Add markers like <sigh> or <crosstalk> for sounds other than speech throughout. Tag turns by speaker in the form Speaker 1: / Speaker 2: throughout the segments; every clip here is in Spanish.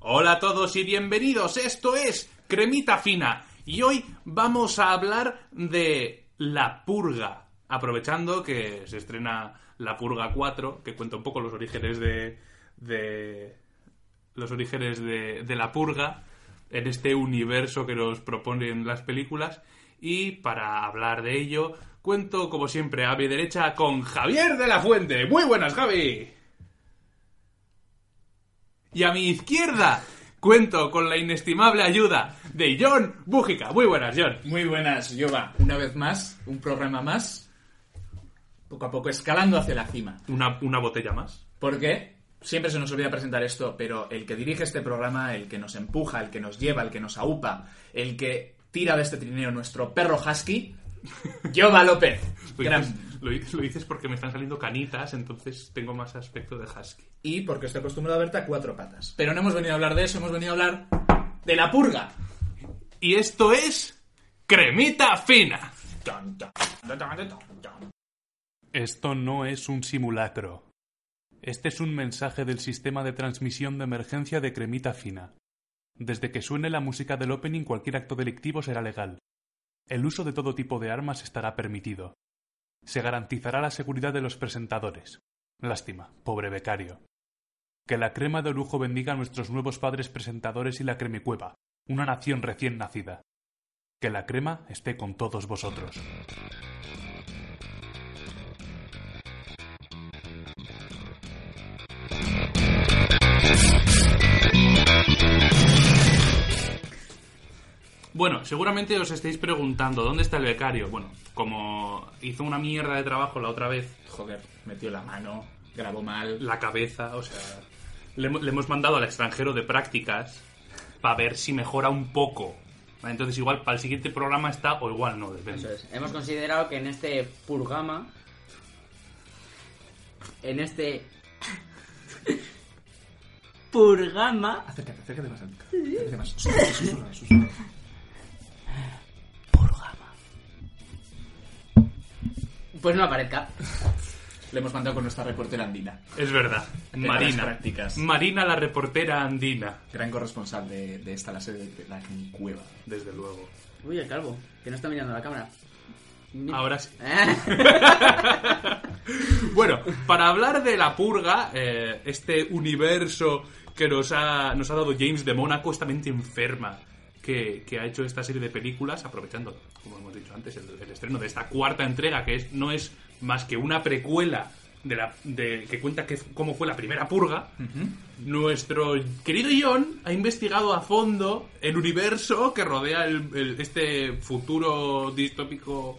Speaker 1: Hola a todos y bienvenidos, esto es Cremita Fina y hoy vamos a hablar de La Purga, aprovechando que se estrena La Purga 4, que cuenta un poco los orígenes de, de los orígenes de, de La Purga en este universo que nos proponen las películas y para hablar de ello cuento como siempre a mi derecha con Javier de la Fuente. Muy buenas, Javi. Y a mi izquierda cuento con la inestimable ayuda de John Bújica. Muy buenas, John.
Speaker 2: Muy buenas, Jova. Una vez más, un programa más. Poco a poco escalando hacia la cima.
Speaker 1: Una, una botella más.
Speaker 2: Porque siempre se nos olvida presentar esto, pero el que dirige este programa, el que nos empuja, el que nos lleva, el que nos aupa, el que tira de este trineo nuestro perro husky, Jova López.
Speaker 1: Lo
Speaker 2: Gran-
Speaker 1: dices, lo dices- lo dices porque me están saliendo canitas, entonces tengo más aspecto de husky.
Speaker 2: Y porque estoy acostumbrado a verte a cuatro patas. Pero no hemos venido a hablar de eso, hemos venido a hablar de la purga.
Speaker 1: Y esto es cremita fina.
Speaker 2: Tan, tan, tan, tan, tan, tan.
Speaker 3: Esto no es un simulacro. Este es un mensaje del sistema de transmisión de emergencia de cremita fina. Desde que suene la música del opening cualquier acto delictivo será legal. El uso de todo tipo de armas estará permitido. Se garantizará la seguridad de los presentadores. Lástima, pobre becario. Que la crema de lujo bendiga a nuestros nuevos padres presentadores y la cremicueva, una nación recién nacida. Que la crema esté con todos vosotros.
Speaker 1: Bueno, seguramente os estáis preguntando dónde está el becario. Bueno, como hizo una mierda de trabajo la otra vez,
Speaker 2: Joder, metió la mano, grabó mal.
Speaker 1: la cabeza, o sea, le, hemo- le hemos mandado al extranjero de prácticas para ver si mejora un poco. Vale, Entonces igual para el siguiente programa está o igual no,
Speaker 4: Eso
Speaker 1: depende.
Speaker 4: es. Hemos considerado que en este purgama, en este purgama,
Speaker 2: Acércate, acércate más al micro. Acércate más. Susurra, susurra, susurra.
Speaker 4: pues no aparezca.
Speaker 2: Le hemos mandado con nuestra reportera andina.
Speaker 1: Es verdad,
Speaker 2: Las
Speaker 1: Marina.
Speaker 2: prácticas.
Speaker 1: Marina la reportera andina,
Speaker 2: Gran corresponsal de, de esta, la sede de la cueva.
Speaker 1: desde luego.
Speaker 4: Uy, el calvo, que no está mirando la cámara. Mira.
Speaker 1: Ahora sí.
Speaker 4: Eh,
Speaker 1: Bueno, para hablar de la purga, eh, este universo que nos ha, nos ha dado James de Mónaco, esta mente enferma que, que ha hecho esta serie de películas, aprovechando, como hemos dicho antes, el, el estreno de esta cuarta entrega, que es, no es más que una precuela de la, de, que cuenta que, cómo fue la primera purga, nuestro querido John ha investigado a fondo el universo que rodea el- el- este futuro distópico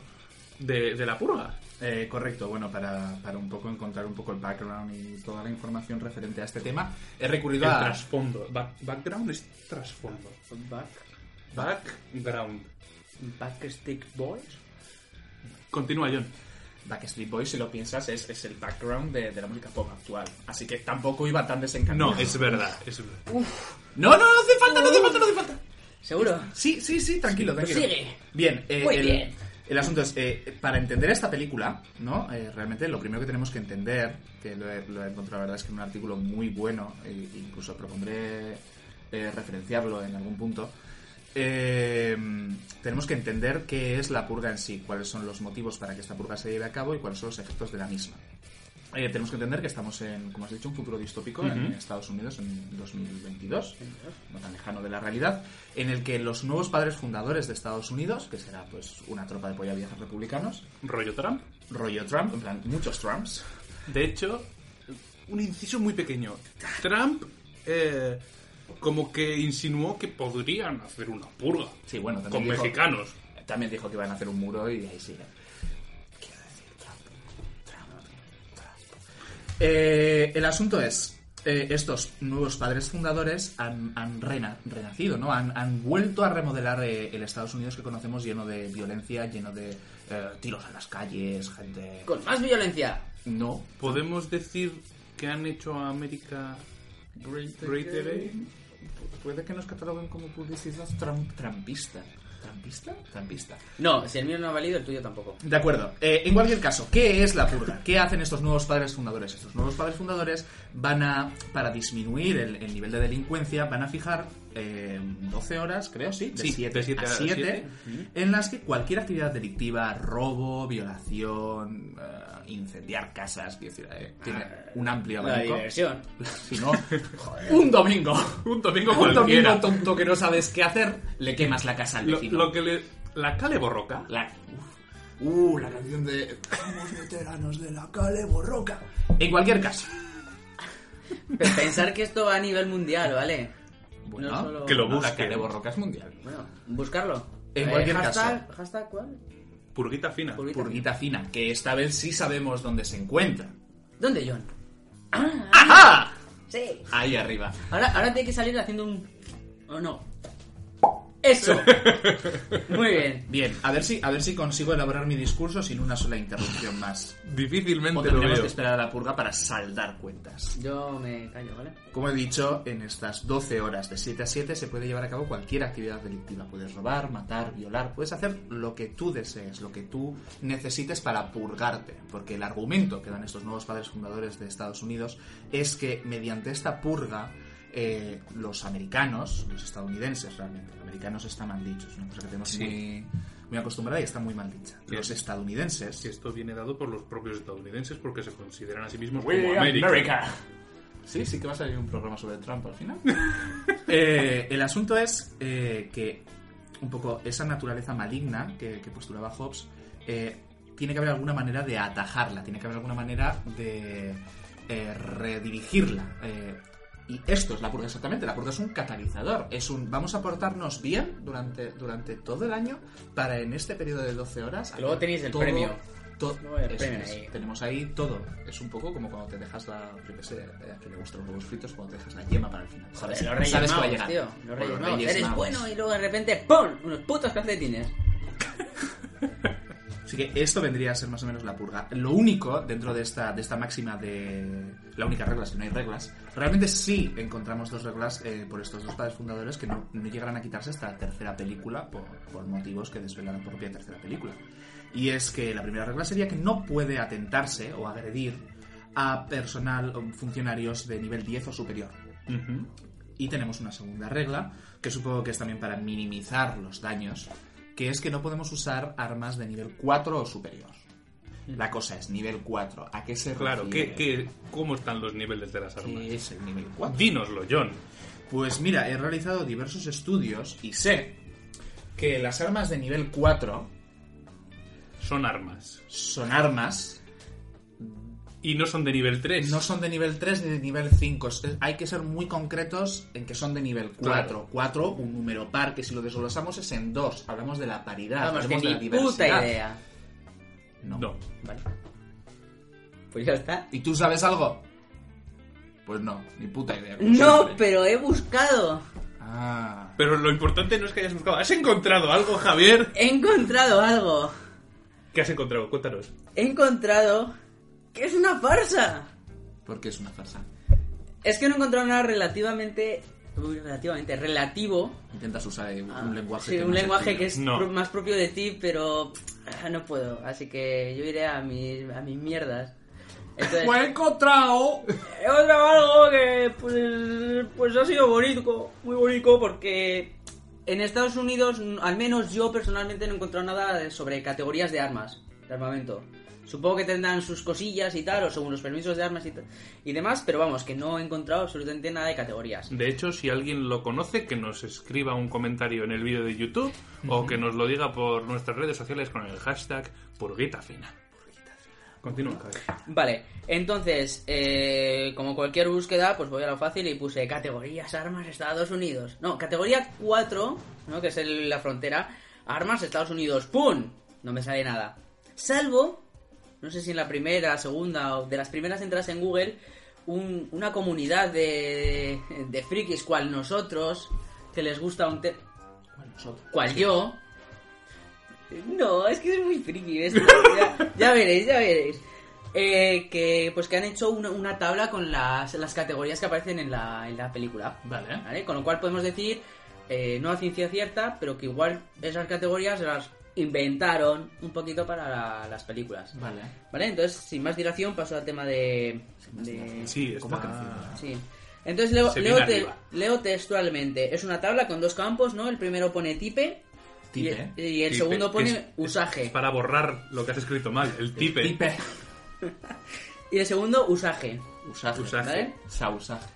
Speaker 1: de, de la purga.
Speaker 2: Eh, correcto, bueno, para, para un poco encontrar un poco el background y toda la información referente a este tema, he recurrido
Speaker 1: El
Speaker 2: a...
Speaker 1: trasfondo. Back- background es trasfondo.
Speaker 4: Back,
Speaker 1: Background.
Speaker 4: backstick boys.
Speaker 1: Continúa, John.
Speaker 2: Backstreet Boys, si lo piensas, es, es el background de, de la música pop actual. Así que tampoco iba tan desencaminado.
Speaker 1: No, es verdad. Es verdad.
Speaker 2: No, no, no hace falta, no hace falta, no hace falta.
Speaker 4: Seguro.
Speaker 2: Sí, sí, sí, tranquilo, tranquilo.
Speaker 4: Sigue.
Speaker 2: Bien, eh,
Speaker 4: Muy
Speaker 2: el,
Speaker 4: bien.
Speaker 2: el asunto es, eh, para entender esta película, ¿no? Eh, realmente lo primero que tenemos que entender, que lo he, lo he encontrado, la verdad, es que en un artículo muy bueno, e incluso propondré eh, referenciarlo en algún punto, eh, tenemos que entender qué es la purga en sí, cuáles son los motivos para que esta purga se lleve a cabo y cuáles son los efectos de la misma. Eh, tenemos que entender que estamos en, como has dicho, un futuro distópico en Estados Unidos en 2022, no tan lejano de la realidad, en el que los nuevos padres fundadores de Estados Unidos, que será pues una tropa de polla viejas republicanos,
Speaker 1: Rollo Trump.
Speaker 2: rollo Trump, en plan, muchos Trumps,
Speaker 1: De hecho, un inciso muy pequeño. Trump eh, como que insinuó que podrían hacer una purga.
Speaker 2: Sí, bueno, también
Speaker 1: Con
Speaker 2: dijo-
Speaker 1: mexicanos.
Speaker 2: también dijo que iban a hacer un muro y ahí sigue. Quiero decir, Trump, Trump, Trump. Eh, el asunto es, eh, estos nuevos padres fundadores han, han rena- renacido, ¿no? Han, han vuelto a remodelar eh, el Estados Unidos que conocemos lleno de violencia, lleno de eh, tiros en las calles, gente...
Speaker 4: Con más violencia.
Speaker 2: No.
Speaker 1: Podemos decir que han hecho a América Great Again.
Speaker 2: Puede que nos cataloguen como publicidad tram- trampista. ¿Trampista? Trampista.
Speaker 4: No, si el mío no ha valido, el tuyo tampoco.
Speaker 2: De acuerdo. Eh, en cualquier caso, ¿qué es la purga? ¿Qué hacen estos nuevos padres fundadores? Estos nuevos padres fundadores van a, para disminuir el, el nivel de delincuencia, van a fijar eh, 12 horas, creo, sí, de
Speaker 1: Sí,
Speaker 2: 7
Speaker 1: de siete
Speaker 2: a
Speaker 1: a
Speaker 2: 7,
Speaker 1: siete.
Speaker 2: en las que cualquier actividad delictiva, robo, violación, eh, incendiar casas, quiero decir, eh, tiene un amplio
Speaker 4: La
Speaker 2: abanico.
Speaker 4: diversión.
Speaker 2: <laughs> Si no, un domingo.
Speaker 1: Un domingo
Speaker 2: Un
Speaker 1: cualquiera.
Speaker 2: domingo tonto que no sabes qué hacer, le quemas la casa al
Speaker 1: Lo,
Speaker 2: vecino.
Speaker 1: lo que le... La Cale Borroca.
Speaker 2: La, uh, la canción de. Somos veteranos de la Cale Borroca. En cualquier caso.
Speaker 4: Pe- Pensar que esto va a nivel mundial, ¿vale?
Speaker 2: Bueno,
Speaker 4: No solo-
Speaker 1: que lo
Speaker 2: No, la
Speaker 1: busquen.
Speaker 2: Cale Borroca es mundial.
Speaker 4: Bueno, buscarlo. Eh,
Speaker 2: En cualquier
Speaker 4: hashtag, ¿Hashtag cuál?
Speaker 1: Purguita fina.
Speaker 4: Purguita.
Speaker 2: Purguita fina, que esta vez sí sabemos dónde se encuentra.
Speaker 4: ¿Dónde, John?
Speaker 2: Ah, ¡Ajá!
Speaker 4: Sí.
Speaker 2: Ahí arriba.
Speaker 4: Ahora, ahora tiene que salir haciendo un... ¿O no? ¡Eso! Muy bien.
Speaker 2: Bien, a ver si, a ver si consigo elaborar mi discurso sin una sola interrupción más. O
Speaker 1: Difícilmente lo
Speaker 2: tendremos
Speaker 1: veo.
Speaker 2: que esperar a la purga para saldar cuentas.
Speaker 4: Yo me callo, ¿vale?
Speaker 2: Como he dicho, en estas 12 horas de 7 a 7 se puede llevar a cabo cualquier actividad delictiva. Puedes robar, matar, violar, puedes hacer lo que tú desees, lo que tú necesites para purgarte. Porque el argumento que dan estos nuevos padres fundadores de Estados Unidos es que mediante esta purga eh, los americanos, los estadounidenses realmente, los americanos están mal dichos, es una cosa que tenemos
Speaker 1: Sí.
Speaker 2: muy, muy acostumbrada y está muy mal dicha.
Speaker 1: Sí.
Speaker 2: Los estadounidenses
Speaker 1: Si esto viene dado por los propios estadounidenses porque se consideran a sí mismos como América.
Speaker 2: Sí, sí que va a salir un programa sobre Trump al final. Eh, el asunto es eh, que un poco esa naturaleza maligna que, que postulaba Hobbes eh, tiene que haber alguna manera de atajarla, tiene que haber alguna manera de eh, redirigirla. eh, y esto es la purga exactamente, la purga es un catalizador, es un vamos a portarnos bien durante, durante todo el año para en este periodo de 12 horas...
Speaker 4: Luego
Speaker 2: hacer
Speaker 4: tenéis el premio.
Speaker 2: to-
Speaker 4: Luego el
Speaker 2: eso
Speaker 4: premio
Speaker 2: es,
Speaker 4: ahí.
Speaker 2: tenemos ahí todo. Es un poco como cuando te dejas la, yo qué sé, eh, a quien le gustan los huevos fritos, cuando te dejas la yema para el final.
Speaker 4: Joder,
Speaker 2: Sabes-
Speaker 4: los Reyes
Speaker 2: sabes que va a llegar.
Speaker 4: Magos, tío.
Speaker 2: O
Speaker 4: Los Reyes Magos.
Speaker 2: Reyes
Speaker 4: Eres
Speaker 2: Magos.
Speaker 4: bueno y luego de repente ¡pum! Unos putos calcetines.
Speaker 2: Así que esto vendría a ser más o menos la purga. Lo único, dentro de esta, de esta máxima de la única regla es que no hay reglas, realmente sí encontramos dos reglas eh, por estos dos padres fundadores que no, no llegarán a quitarse hasta la tercera película por, por motivos que desvela la propia tercera película. Y es que la primera regla sería que no puede atentarse o agredir a personal o funcionarios de nivel 10 o superior.
Speaker 1: Ujú.
Speaker 2: Y tenemos una segunda regla, que supongo que es también para minimizar los daños, que es que no podemos usar armas de nivel 4 o superior.
Speaker 4: Mm.
Speaker 2: La cosa es, nivel 4, ¿a qué se
Speaker 1: Claro, ¿qué,
Speaker 2: refiere?
Speaker 1: qué, cómo están los niveles de las armas?
Speaker 2: ¿Qué es el nivel 4?
Speaker 1: Dínoslo, John.
Speaker 2: Pues mira, he realizado diversos estudios y sé que las armas de nivel 4
Speaker 1: Son armas.
Speaker 2: son armas,
Speaker 1: Y no son de nivel 3.
Speaker 2: no son de nivel 3 ni de nivel 5. Es- Hay que ser muy concretos en que son de nivel 4.
Speaker 1: Claro.
Speaker 2: 4, un número par, que si lo desglosamos es en 2. Hablamos de la paridad,
Speaker 4: Vamos, que
Speaker 2: hablamos de la
Speaker 4: ni puta
Speaker 2: Ah, pues diversidad.
Speaker 4: idea.
Speaker 2: No.
Speaker 1: No.
Speaker 4: Vale. Pues ya está.
Speaker 2: ¿Y tú sabes algo? Pues no, ni puta idea. como
Speaker 4: No,
Speaker 2: siempre.
Speaker 4: pero he buscado.
Speaker 2: Ah.
Speaker 1: Pero lo importante no es que hayas buscado. ¿Has encontrado algo, Javier?
Speaker 4: He encontrado algo.
Speaker 1: ¿Qué has encontrado? Cuéntanos.
Speaker 4: He encontrado que es una farsa.
Speaker 2: Porque es una farsa.
Speaker 4: Es que no he encontrado nada relativamente... uy, relativamente, relativo.
Speaker 2: Intentas usar eh, un
Speaker 4: a-
Speaker 2: lenguaje.
Speaker 4: Ah, sí,
Speaker 2: que
Speaker 4: un
Speaker 2: no es
Speaker 4: lenguaje
Speaker 2: el
Speaker 4: que
Speaker 2: tuyo.
Speaker 4: es
Speaker 1: No.
Speaker 4: pro- más propio de ti, pero ah, no puedo. Así que yo iré a, mis a mis mierdas. Entonces,
Speaker 2: Pues he encontrado.
Speaker 4: He encontrado algo que pues, pues ha sido bonito, muy bonito, porque en Estados Unidos, n- al menos yo personalmente no he encontrado nada de- sobre categorías de armas, de armamento. Supongo que tendrán sus cosillas y tal, o según los permisos de armas y, t- y demás, pero vamos, que no he encontrado absolutamente nada de categorías.
Speaker 1: De hecho, si alguien lo conoce, que nos escriba un comentario en el vídeo de YouTube o que nos lo diga por nuestras redes sociales con el hashtag Purguita Fina. Continúa, Javier.
Speaker 4: Vale, entonces, eh, como cualquier búsqueda, pues voy a lo fácil y puse categorías armas Estados Unidos. No, categoría 4, ¿no? que es el- la frontera, armas Estados Unidos, ¡pum! No me sale nada. Salvo, no sé si en la primera, segunda o de las primeras entradas en Google, un- una comunidad de, de frikis cual nosotros, que les gusta un... te- cual yo. No, es que es muy friki esto. Ya, ya veréis, ya veréis. Eh, que pues que han hecho una, una tabla con las, las categorías que aparecen en la, en la película.
Speaker 2: Vale.
Speaker 4: ¿vale? Con lo cual podemos decir eh, no a ciencia cierta, pero que igual esas categorías se las inventaron un poquito para la- las películas.
Speaker 2: Vale.
Speaker 4: ¿Vale? Entonces, sin más dilación, paso al tema de... de-
Speaker 1: Sí,
Speaker 2: ¿Cómo ha
Speaker 1: está-
Speaker 2: crecido?
Speaker 4: Sí. Entonces leo,
Speaker 1: Se
Speaker 4: leo,
Speaker 1: viene
Speaker 4: te-
Speaker 1: arriba.
Speaker 4: leo textualmente. Es una tabla con dos campos, ¿no? El primero pone tipe. y-
Speaker 2: Tipe.
Speaker 4: Y, el
Speaker 1: Tipe,
Speaker 4: segundo
Speaker 1: que
Speaker 4: pone
Speaker 1: es-
Speaker 4: usaje.
Speaker 1: es para borrar lo que has escrito mal, el tipe.
Speaker 2: Pipe.
Speaker 4: Y el segundo usaje.
Speaker 2: Usaje.
Speaker 1: Usaje.
Speaker 4: ¿Vale?
Speaker 2: Sausaje.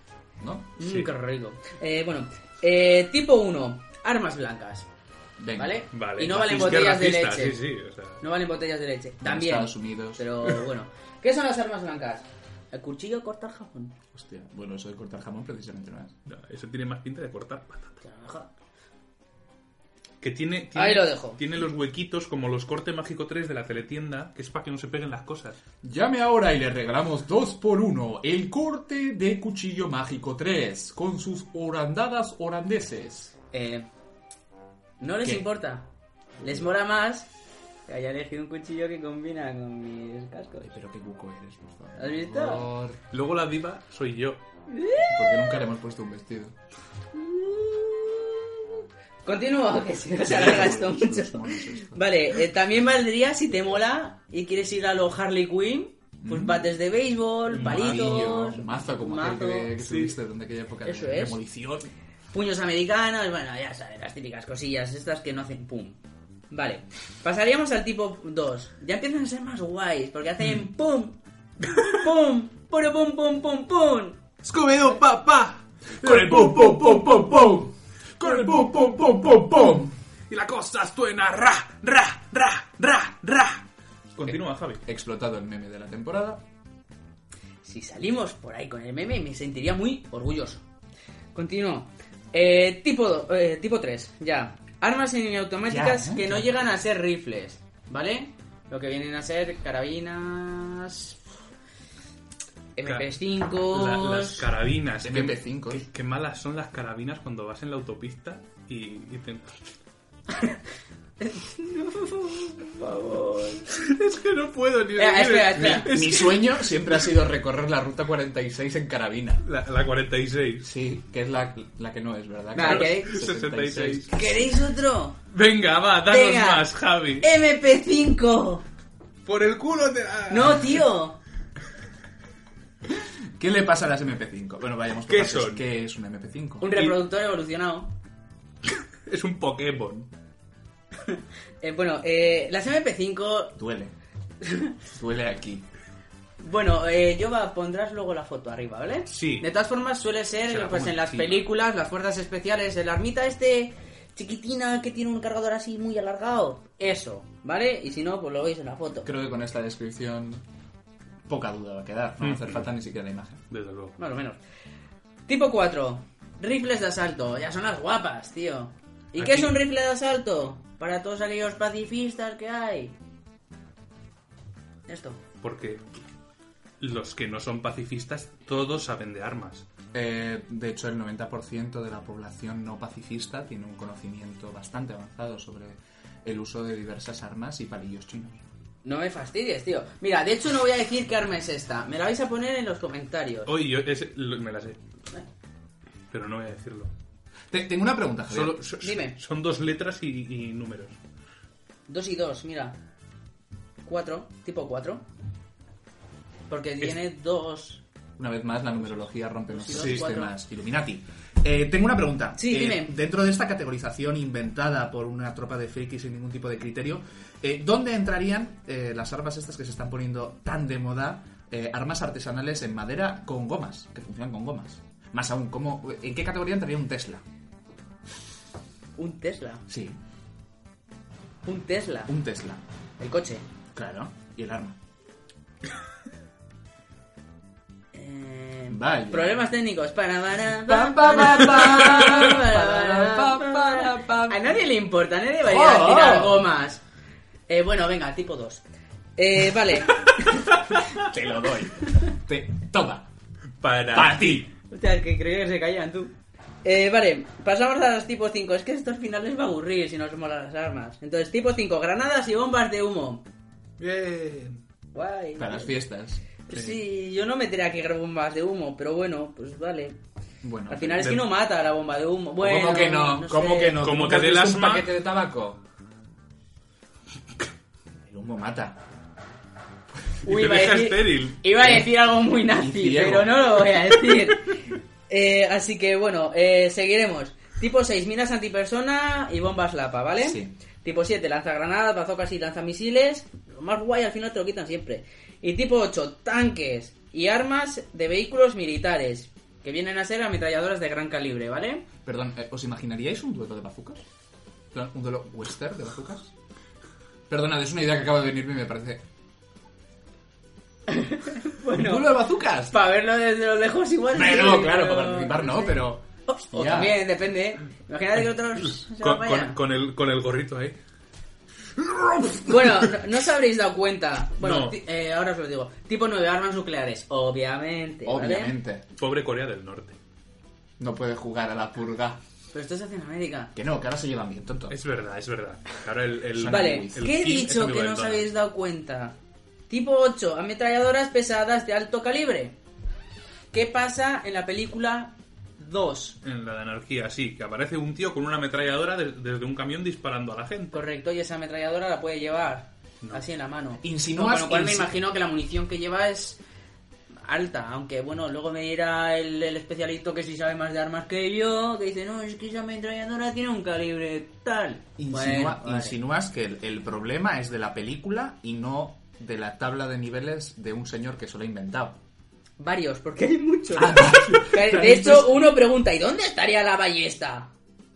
Speaker 2: ¿No?
Speaker 4: Mm,
Speaker 1: Sí.
Speaker 4: qué rico. Eh, bueno, eh, tipo 1, armas blancas.
Speaker 2: Venga.
Speaker 4: ¿Vale?
Speaker 1: Vale,
Speaker 4: y no
Speaker 1: racista,
Speaker 4: valen botellas de
Speaker 1: racista,
Speaker 4: leche.
Speaker 1: Sí, sí, o sea,
Speaker 4: No valen botellas de leche. También.
Speaker 2: Estados Unidos.
Speaker 4: Pero bueno, ¿qué son las armas blancas? El cuchillo corta el jabón.
Speaker 2: Hostia. Bueno, eso de cortar jamón precisamente no es.
Speaker 1: no, eso tiene más pinta de cortar patata.
Speaker 4: Te lo dejo.
Speaker 1: Que tiene, tiene-
Speaker 4: Ahí lo dejo.
Speaker 1: Tiene los huequitos como los corte mágico 3 de la teletienda, que es para que no se peguen las cosas.
Speaker 2: Llame ahora y le regalamos 2 por 1 el corte de cuchillo mágico 3 con sus orandadas orandeses.
Speaker 4: Eh, no les
Speaker 2: ¿Qué?
Speaker 4: importa. Les mola más que haya elegido un cuchillo que combina con mis cascos.
Speaker 2: Ay, pero qué buco eres, por favor.
Speaker 4: ¿Has visto?
Speaker 1: Luego la diva soy yo.
Speaker 2: Porque nunca le hemos puesto un vestido.
Speaker 4: Mm. Continúo, <laughs> que si no se alarga esto
Speaker 2: Sus
Speaker 4: mucho.
Speaker 2: monos estos.
Speaker 4: Vale, eh, también valdría si te mola y quieres ir a lo Harley Quinn, pues bates de béisbol, palitos,
Speaker 2: Martillo, Mm. mazo como
Speaker 4: mazo,
Speaker 2: aquel que, que
Speaker 1: Sí.
Speaker 2: tuviste durante aquella época
Speaker 4: Eso
Speaker 2: de
Speaker 4: es.
Speaker 2: demolición.
Speaker 4: puños americanos, bueno, ya sabes, las típicas cosillas estas que no hacen pum. Vale, pasaríamos al tipo 2. Ya empiezan a ser más guays, porque
Speaker 2: Mm.
Speaker 4: hacen pum, pum, puro pum, pum, pum, pum.
Speaker 1: ¡Escobedo, papá!
Speaker 2: Con el pum pum pum pum pum. Con el pum pum pum pum pum.
Speaker 1: Y la cosa suena ra, ra, ra, ra, ra. Continúa, Javi.
Speaker 2: Explotado el meme de la temporada.
Speaker 4: Si salimos por ahí con el meme, me sentiría muy orgulloso. Continúo. Eh, tipo, do- eh, tipo 3, ya. Armas semiautomáticas
Speaker 2: Ya, ¿eh?
Speaker 4: que no llegan a ser rifles, ¿vale? Lo que vienen a ser carabinas. MP5.
Speaker 1: La- las
Speaker 4: Eh,
Speaker 1: carabinas. Qué-
Speaker 2: MP5.
Speaker 1: Qué, qué malas son las carabinas cuando vas en la autopista y, y
Speaker 4: <laughs>
Speaker 1: te- es que no puedo ni
Speaker 4: Eh,
Speaker 1: seguir.
Speaker 4: espera, espera.
Speaker 2: Mi, mi sueño siempre ha sido recorrer la ruta 46 en carabina.
Speaker 1: La, la 46.
Speaker 2: Sí, que es la, la que no es, ¿verdad?
Speaker 4: Nada,
Speaker 2: Claro,
Speaker 4: que-
Speaker 1: 66.
Speaker 4: ¿Queréis otro?
Speaker 1: Venga, va, danos
Speaker 4: Venga. Eh.
Speaker 1: más, Javi.
Speaker 4: ¡MP5!
Speaker 1: Por el culo te la...
Speaker 4: No, tío.
Speaker 2: ¿Qué le pasa a las MP5? Bueno, vayamos por
Speaker 1: ¿Qué
Speaker 2: partes.
Speaker 1: son?
Speaker 2: ¿Qué es una MP5?
Speaker 4: Un reproductor evolucionado.
Speaker 1: Es un Pokémon.
Speaker 4: Eh, bueno, eh, las MP5.
Speaker 2: Duele. Duele aquí.
Speaker 4: Bueno, eh, yo va, pondrás luego la foto arriba, ¿vale?
Speaker 1: Sí.
Speaker 4: De todas formas, suele ser
Speaker 1: Se la
Speaker 4: pues
Speaker 1: pongo
Speaker 4: en las
Speaker 1: encima.
Speaker 4: películas, las fuerzas especiales, el armita este chiquitina que tiene un cargador así muy alargado. Eso, ¿vale? Y si no, pues lo veis en la foto.
Speaker 2: Creo que con esta descripción poca duda va a quedar. No va a hacer falta ni siquiera la imagen.
Speaker 1: Desde luego.
Speaker 4: Más o menos. Tipo 4. Rifles de asalto. Ya son las guapas, tío. ¿Y qué
Speaker 1: Aquí-
Speaker 4: es un rifle de asalto? Para todos aquellos pacifistas que hay. Esto.
Speaker 1: Porque los que no son pacifistas, todos saben de armas.
Speaker 2: Eh, de hecho, el 90% de la población no pacifista tiene un conocimiento bastante avanzado sobre el uso de diversas armas y palillos chinos.
Speaker 4: No me fastidies, tío. Mira, de hecho no voy a decir qué arma es esta. Me la vais a poner en los comentarios.
Speaker 1: Hoy yo ese- lo- me la sé. Pero no voy a decirlo.
Speaker 2: Te- tengo una pregunta, Javier.
Speaker 1: Solo- so-
Speaker 4: Dime.
Speaker 1: Son dos letras y, y números.
Speaker 4: Dos y dos, mira. Cuatro, tipo cuatro. Porque tiene dos.
Speaker 2: Una vez más, la numerología rompe los
Speaker 4: Sí,
Speaker 2: sistemas. Illuminati. Eh, tengo una pregunta.
Speaker 4: Sí,
Speaker 2: Eh,
Speaker 4: dime.
Speaker 2: Dentro de esta categorización inventada por una tropa de frikis sin ningún tipo de criterio, eh, ¿dónde entrarían eh, las armas estas que se están poniendo tan de moda? eh, armas artesanales en madera con gomas, que funcionan con gomas. Más aún, ¿cómo, ¿en qué categoría entraría un Tesla?
Speaker 4: Un Tesla.
Speaker 2: Sí,
Speaker 4: Un Tesla.
Speaker 2: un Tesla.
Speaker 4: El coche.
Speaker 2: Claro, y el arma.
Speaker 4: Eh,
Speaker 2: Vaya.
Speaker 4: Problemas técnicos. Para, para,
Speaker 2: Pa,
Speaker 4: pa,
Speaker 2: pa,
Speaker 4: para,
Speaker 2: pa, pa. Pa,
Speaker 4: para, para,
Speaker 2: pa, pa, pa.
Speaker 4: para. A nadie le importa, nadie va a ir a
Speaker 2: Oh.
Speaker 4: tirar gomas. Eh, bueno, venga, tipo dos. Eh, vale.
Speaker 2: Te lo doy. Te, toma.
Speaker 1: Para.
Speaker 2: Para ti.
Speaker 4: <laughs> Hostia, que creo que se callan tú. Eh, vale, pasamos a los tipo 5. Es que estos finales va a aburrir si nos molan las armas. Entonces, tipo 5, granadas y bombas de humo.
Speaker 1: Bien.
Speaker 4: Guay.
Speaker 2: Para las fiestas. Eh,
Speaker 4: Sí, yo no metería aquí bombas de humo, pero bueno, pues vale.
Speaker 2: Bueno,
Speaker 4: Al final es
Speaker 1: de-
Speaker 4: que no mata la bomba de humo. Bueno,
Speaker 5: ¿Cómo que no?
Speaker 2: ¿Cómo
Speaker 4: Pues sé.
Speaker 2: que no?
Speaker 1: Como
Speaker 2: ¿Tú
Speaker 1: te
Speaker 2: nunca
Speaker 1: dé
Speaker 2: has
Speaker 1: el
Speaker 2: visto
Speaker 1: asma-
Speaker 5: ¿Un paquete de tabaco?
Speaker 2: El humo mata.
Speaker 1: Y
Speaker 4: <laughs> Uy,
Speaker 1: te
Speaker 4: iba, a
Speaker 1: deja
Speaker 4: decir,
Speaker 1: estéril.
Speaker 4: iba a decir algo muy nazi,
Speaker 2: ciego.
Speaker 4: pero no lo
Speaker 2: <laughs>
Speaker 4: voy a decir. Eh, así que bueno, eh, seguiremos. Tipo 6, minas antipersona y bombas lapa, ¿vale?
Speaker 2: Sí.
Speaker 4: Tipo 7, lanzagranadas, bazocas y lanzamisiles. Lo más guay al final te lo quitan siempre. Y tipo 8, tanques y armas de vehículos militares. Que vienen a ser ametralladoras de gran calibre, ¿vale?
Speaker 2: Perdón, eh, ¿os imaginaríais un duelo de bazucas? En plan, ¿Un duelo western de bazucas? Perdonad, es una idea que acaba de venirme y me parece. ¿Un duelo de bazucas?
Speaker 4: Para verlo desde los lejos igual.
Speaker 2: Pero,
Speaker 4: sí,
Speaker 2: claro, para
Speaker 4: pero-
Speaker 2: participar no, pero.
Speaker 4: O
Speaker 2: Ya.
Speaker 4: también, depende. ¿eh? Imagínate que otros... se
Speaker 1: Con,
Speaker 4: vaya.
Speaker 1: con- con el, con el gorrito ahí.
Speaker 4: Bueno, no, no os habréis dado cuenta. Bueno,
Speaker 1: No.
Speaker 4: ti- eh, ahora os lo digo. Tipo 9, armas nucleares. Obviamente. ¿vale?
Speaker 2: Obviamente.
Speaker 1: Pobre Corea del Norte.
Speaker 2: No puede jugar a la purga.
Speaker 4: Pero esto se hace en América.
Speaker 2: Que no, que ahora se llevan bien, tonto.
Speaker 1: Es verdad, es verdad. Claro, el, el-
Speaker 4: Vale,
Speaker 1: el
Speaker 4: ¿qué he
Speaker 1: Kim es
Speaker 4: dicho
Speaker 1: amigo
Speaker 4: que
Speaker 1: del
Speaker 4: no os
Speaker 1: Donald.
Speaker 4: habéis dado cuenta? Tipo 8, ametralladoras pesadas de alto calibre. ¿Qué pasa en la película 2?
Speaker 1: En la de anarquía, sí, que aparece un tío con una ametralladora de- desde un camión disparando a la gente.
Speaker 4: Correcto, y esa ametralladora la puede llevar así en la mano.
Speaker 2: Insinúas-
Speaker 4: Con lo cual me
Speaker 2: insi-
Speaker 4: imagino que la munición que lleva es alta, aunque bueno, luego me dirá el, el especialito que sí sabe más de armas que yo, que dice, no, es que esa ametralladora tiene un calibre tal.
Speaker 2: Insinúa-
Speaker 4: Bueno, vale.
Speaker 2: Insinúas que el, el problema es de la película y no de la tabla de niveles de un señor que se lo ha inventado.
Speaker 4: Varios, porque hay muchos.
Speaker 2: Pero
Speaker 4: de
Speaker 2: esto es-
Speaker 4: hecho, uno pregunta, ¿y dónde estaría la ballesta?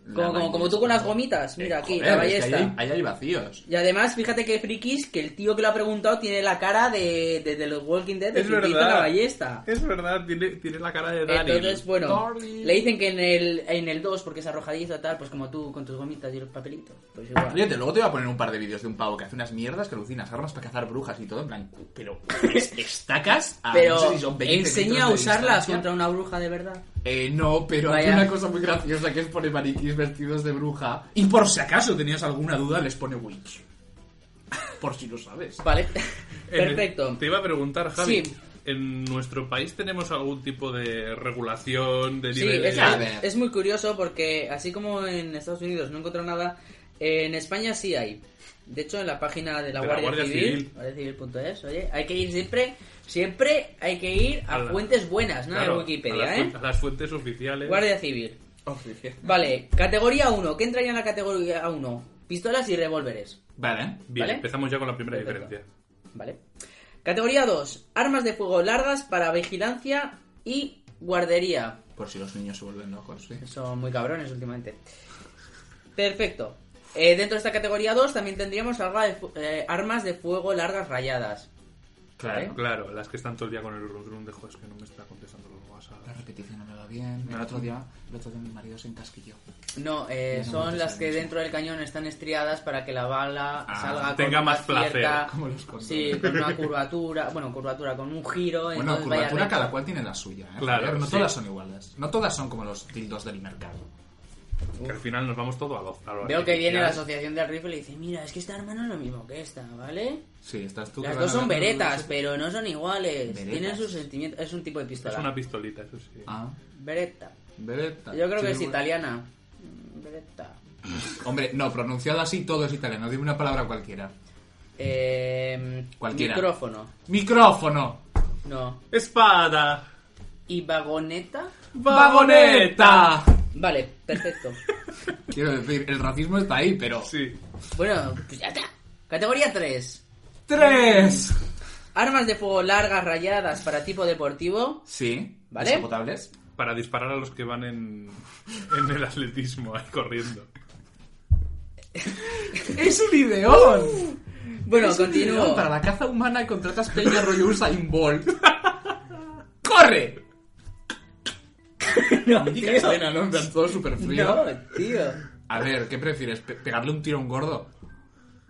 Speaker 2: La
Speaker 4: Como, como- como tú con las gomitas, mira
Speaker 2: Eh,
Speaker 4: aquí,
Speaker 2: joder,
Speaker 4: la
Speaker 2: es que
Speaker 4: ballesta.
Speaker 2: ahí, hay- ahí hay vacíos.
Speaker 4: Y además, fíjate que frikis, que el tío que lo ha preguntado tiene la cara de, de, de los Walking Dead, de
Speaker 1: Es
Speaker 4: frikito
Speaker 1: verdad.
Speaker 4: la ballesta.
Speaker 1: Es verdad, tiene, tiene la cara de Daniel.
Speaker 4: Entonces, bueno,
Speaker 2: Daryl.
Speaker 4: le dicen que en el, en el 2, porque es arrojadizo tal, pues como tú con tus gomitas y los papelitos. Pues igual.
Speaker 2: Fíjate, luego te voy a poner un par de vídeos de un pavo que hace unas mierdas que alucinas, armas para cazar brujas y todo, en plan, pero es- estacas a
Speaker 4: Pero
Speaker 2: no sé si son 20
Speaker 4: enseña
Speaker 2: metros
Speaker 4: a
Speaker 2: de
Speaker 4: usarlas
Speaker 2: distancia.
Speaker 4: contra una bruja de verdad.
Speaker 2: Eh, no, pero hay
Speaker 4: Vaya.
Speaker 2: una cosa muy graciosa que es poner maniquís vestidos de bruja. Y por si acaso tenías alguna duda, les pone witch. Por si lo sabes.
Speaker 4: Vale,
Speaker 1: En el-
Speaker 4: <laughs> perfecto.
Speaker 1: Te iba a preguntar, Javi.
Speaker 4: Sí.
Speaker 1: ¿En nuestro país tenemos algún tipo de regulación de
Speaker 4: Sí,
Speaker 1: nivel
Speaker 4: es,
Speaker 2: A
Speaker 4: es-
Speaker 2: ver.
Speaker 4: es muy curioso porque así como en Estados Unidos no encuentro nada, en España sí hay. De hecho, en la página de la,
Speaker 1: De la
Speaker 4: Guardia,
Speaker 1: Guardia
Speaker 4: Civil,
Speaker 1: Civil.
Speaker 4: guardiacivil.es, oye, hay que ir siempre, siempre hay que ir a,
Speaker 1: A la-
Speaker 4: fuentes buenas, no
Speaker 1: Claro,
Speaker 4: a
Speaker 1: a
Speaker 4: Wikipedia,
Speaker 1: las,
Speaker 4: ¿eh?
Speaker 1: fuentes- a las fuentes oficiales.
Speaker 4: Guardia Civil. Vale, categoría 1. ¿Qué entraría en la categoría 1? Pistolas y revólveres.
Speaker 2: Vale.
Speaker 1: Bien,
Speaker 4: ¿vale?
Speaker 1: empezamos ya con la primera
Speaker 4: Perfecto.
Speaker 1: diferencia.
Speaker 4: Vale. Categoría 2. Armas de fuego largas para vigilancia y guardería.
Speaker 2: Por si los niños se vuelven locos, sí.
Speaker 4: Son muy cabrones últimamente. Perfecto. Eh, dentro de esta categoría 2 también tendríamos arma de fu- eh, armas de fuego largas rayadas. ¿Eh?
Speaker 2: Claro.
Speaker 1: Claro, las que están todo el día con el rum rum de "Jo, es que no me está contestando los WhatsApp.
Speaker 2: La repetición no me va bien. El otro día, el otro día mi marido se encasquilló.
Speaker 4: No, eh,
Speaker 2: Ya no me
Speaker 4: son las
Speaker 2: interesa
Speaker 4: que
Speaker 2: mucho.
Speaker 4: dentro del cañón están estriadas para que la bala
Speaker 2: Ah,
Speaker 4: salga
Speaker 1: tenga
Speaker 4: con una
Speaker 1: más placer,
Speaker 4: cierta-
Speaker 2: como los condones.
Speaker 4: Sí, con una curvatura, bueno, curvatura, con un giro.
Speaker 2: Bueno,
Speaker 4: entonces vaya
Speaker 2: curvatura
Speaker 4: recto.
Speaker 2: cada cual tiene la suya, ¿eh?
Speaker 1: Claro,
Speaker 2: Javier, no
Speaker 1: sí.
Speaker 2: todas son iguales. No todas son como los tildos del mercado.
Speaker 1: Que al final nos vamos todo a los. a lo
Speaker 4: Veo que viene la
Speaker 1: artificial.
Speaker 4: asociación del rifle y dice, mira, es que esta arma no es lo mismo que esta, ¿vale?
Speaker 2: Sí, estás tú.
Speaker 4: Las
Speaker 2: que
Speaker 4: dos
Speaker 2: van a
Speaker 4: son
Speaker 2: ver-
Speaker 4: beretas, pero no son iguales.
Speaker 2: ¿Beretas?
Speaker 4: Tienen sus sentimientos. Es un tipo de pistola.
Speaker 1: Es una pistolita, eso sí.
Speaker 2: Ah,
Speaker 4: Beretta.
Speaker 2: bereta.
Speaker 4: Yo creo que es
Speaker 2: Ah, Sí, bueno.
Speaker 4: italiana. Mm, Beretta.
Speaker 2: Hombre, no, pronunciado así todo es italiano. Dime una palabra cualquiera.
Speaker 4: Eh,
Speaker 2: Cualquiera.
Speaker 4: Micrófono.
Speaker 2: Micrófono.
Speaker 4: No.
Speaker 1: ¡Espada!
Speaker 4: ¿Y vagoneta?
Speaker 1: ¡Vagoneta!
Speaker 4: Vale,
Speaker 2: <laughs>
Speaker 4: perfecto.
Speaker 2: Quiero decir, el racismo está ahí, pero...
Speaker 1: Sí.
Speaker 4: bueno, pues ya está. Categoría 3.
Speaker 2: ¡Tres!
Speaker 4: Armas de fuego largas rayadas para tipo deportivo.
Speaker 2: Sí.
Speaker 4: ¿Vale?
Speaker 2: ¿Desabotables?
Speaker 1: Para disparar a los que van en, en el atletismo, ahí corriendo.
Speaker 2: ¡Es un ideón!
Speaker 4: Bueno,
Speaker 2: Es un ideón
Speaker 4: continúo.
Speaker 2: Para la caza humana contratas Peña rollo Usain Bolt. <laughs> ¡Corre!
Speaker 4: No,
Speaker 2: Mítica
Speaker 4: tío.
Speaker 2: escena, ¿no? En plan, todo súper frío.
Speaker 4: <laughs> No, tío.
Speaker 2: A ver, ¿qué prefieres? pe- ¿Pegarle un tiro a un gordo?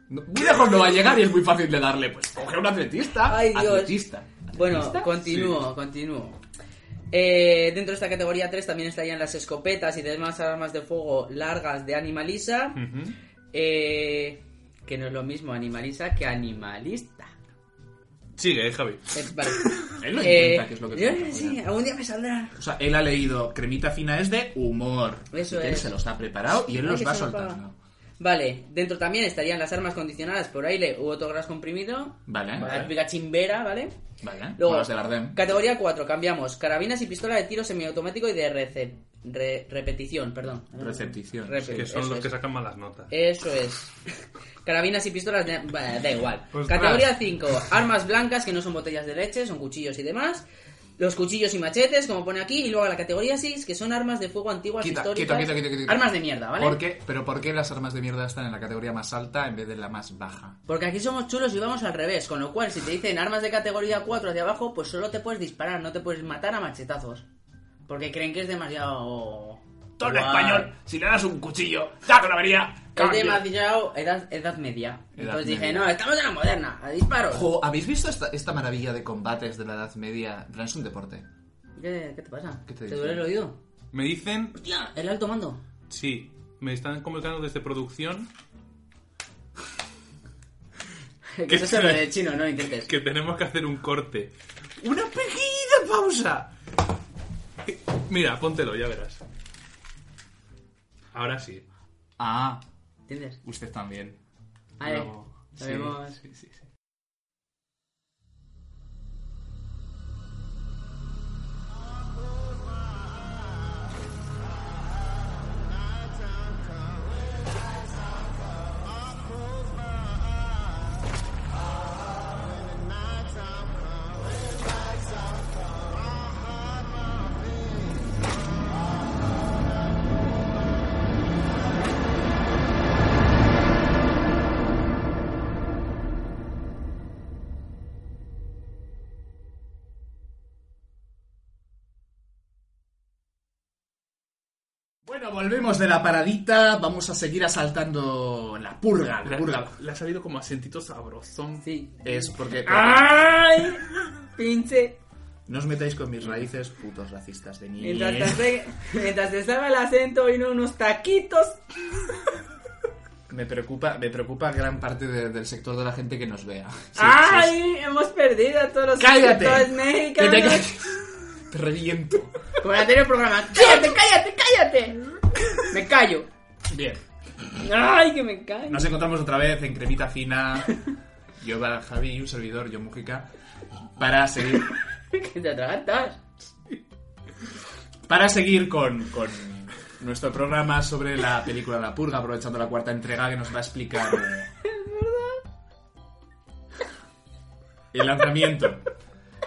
Speaker 2: No, muy lejos no va a llegar y es muy fácil de darle. Pues coge a un atletista.
Speaker 4: Ay, Dios.
Speaker 2: Atletista.
Speaker 4: Bueno,
Speaker 2: ¿Atletista?
Speaker 4: continúo, continúo. Eh, dentro de esta categoría 3 también estarían las escopetas y demás armas de fuego largas de animalisa.
Speaker 1: Ujú.
Speaker 4: Eh, que no es lo mismo animalisa que animalista.
Speaker 1: Sigue, eh, Javi.
Speaker 4: Eh, vale.
Speaker 2: <laughs> Él lo
Speaker 4: Eh,
Speaker 2: intenta, que es lo que
Speaker 4: yo-
Speaker 2: cuenta,
Speaker 4: Sí,
Speaker 2: joder.
Speaker 4: algún día me saldrá.
Speaker 2: O sea, él ha leído Cremita Fina es de humor.
Speaker 4: Eso
Speaker 2: Y que Él
Speaker 4: es.
Speaker 2: se los ha preparado y él
Speaker 4: Ay,
Speaker 2: los
Speaker 4: que
Speaker 2: va
Speaker 4: se los va.
Speaker 2: soltando.
Speaker 4: Vale, dentro también estarían las armas condicionadas por aire u otro gas comprimido.
Speaker 2: Vale.
Speaker 4: La típica chimbera, ¿vale?
Speaker 2: Vale.
Speaker 4: Luego,
Speaker 2: Con las del Ardem.
Speaker 4: categoría 4, cambiamos. Carabinas y pistola de tiro semiautomático y de rece- re- repetición, perdón.
Speaker 2: Receptición.
Speaker 4: Repe-
Speaker 1: Que son
Speaker 4: eso
Speaker 1: los
Speaker 4: es. Eh.
Speaker 1: que sacan malas notas.
Speaker 4: Eso es. Carabinas y pistolas, de- bah, da igual.
Speaker 2: Pues
Speaker 1: Ostras.
Speaker 4: Categoría 5. Armas blancas que no son botellas de leche, son cuchillos y demás. Los cuchillos y machetes, como pone aquí. Y luego la categoría 6, que son armas de fuego antiguas
Speaker 2: Quita,
Speaker 4: históricas.
Speaker 2: quita, quita, quita, quita.
Speaker 4: Armas de mierda, ¿vale?
Speaker 2: ¿Por qué? ¿Pero por qué las armas de mierda están en la categoría más alta en vez de la más baja?
Speaker 4: Porque aquí somos chulos y vamos al revés. Con lo cual, si te dicen armas de categoría 4 hacia abajo, pues solo te puedes disparar, no te puedes matar a machetazos. Porque creen que es demasiado.
Speaker 2: el
Speaker 4: guay.
Speaker 2: si le das un cuchillo, ya te lo vería.
Speaker 4: Es demasiado edad, edad media. Entonces dije,
Speaker 2: media.
Speaker 4: no, estamos en la moderna, a disparos.
Speaker 2: Ojo, ¿habéis visto esta, esta maravilla de combates de la Edad Media? En plan, Es un deporte.
Speaker 4: ¿Qué, qué te pasa?
Speaker 2: ¿Qué te
Speaker 4: te,
Speaker 2: dicen?
Speaker 4: duele el oído?
Speaker 1: Me dicen,
Speaker 4: Hostia, el alto
Speaker 2: <laughs>
Speaker 4: mando.
Speaker 1: sí, me están comunicando desde producción
Speaker 4: que
Speaker 1: ¿Qué
Speaker 4: eso se lo
Speaker 1: te-
Speaker 4: de chino, no intentes.
Speaker 1: que tenemos que hacer un corte. ¡Una pequeñita pausa! Eh, Mira, póntelo, ya verás. Ahora sí.
Speaker 2: Ah,
Speaker 4: ¿Entiendes?
Speaker 2: usted también.
Speaker 4: A ver,
Speaker 1: Luego-
Speaker 4: nos vemos.
Speaker 2: sí, sí, sí. Bueno, volvemos de la paradita. Vamos a seguir asaltando la purga, la
Speaker 1: La,
Speaker 2: purga.
Speaker 1: la- le ha salido como acentito sabrosón.
Speaker 4: Sí.
Speaker 2: Es <laughs> porque...
Speaker 4: ¡Ay! Pinche.
Speaker 2: No os metáis con mis raíces, putos racistas de
Speaker 4: Mientras te,
Speaker 2: mierda.
Speaker 4: hace- mientras te salva el acento y no unos taquitos.
Speaker 2: Me preocupa, me preocupa gran parte de- del sector de la gente que nos vea. Sí,
Speaker 4: ¡Ay!
Speaker 2: sí,
Speaker 4: Hemos perdido a todos los
Speaker 2: ¡Cállate!
Speaker 4: escritores
Speaker 2: Que te,
Speaker 4: mexicanos.
Speaker 2: <laughs> te reviento.
Speaker 4: Como en el anterior programa. ¡Cállate, cállate, cállate! Me callo.
Speaker 2: Bien.
Speaker 4: ¡Ay, que me callo! <laughs>
Speaker 2: Nos encontramos otra vez en Cremita Fina. Yo, Bar- Javi y un servidor, yo, Mujica. Para seguir,
Speaker 4: Que te atragantas.
Speaker 2: para seguir con, con nuestro programa sobre la película La Purga, aprovechando la cuarta entrega que nos va a explicar. eh, El lanzamiento.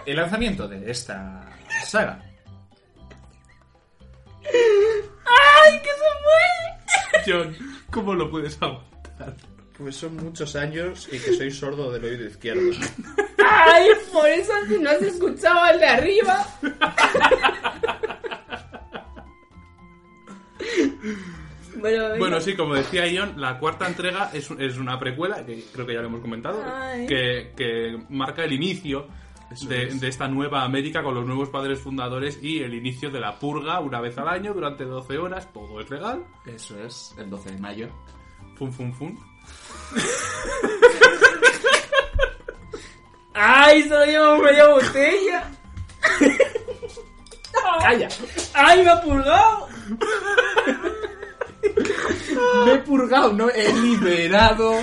Speaker 2: El lanzamiento de esta saga.
Speaker 4: ¡Ay, que se
Speaker 1: John, ¿cómo lo puedes aguantar?
Speaker 2: Pues son muchos años y que soy sordo del oído izquierdo.
Speaker 4: fue! ¡Ay, por eso si no has escuchado al de arriba! bueno, venga.
Speaker 1: Bueno, sí, como decía Ion, la cuarta entrega es, es una precuela, que creo que ya lo hemos comentado,
Speaker 4: Ay.
Speaker 1: que, que marca el inicio de,
Speaker 2: es.
Speaker 1: de esta nueva América con los nuevos padres fundadores y el inicio de la purga una vez al año durante 12 horas, todo es legal,
Speaker 2: Eso es, el 12 de mayo.
Speaker 1: fun fun fun.
Speaker 4: ¡Ay, solo llevo media botella!
Speaker 2: ¡Calla!
Speaker 4: ¡Ay, me ha pulgado!
Speaker 2: Me he purgado, no he liberado.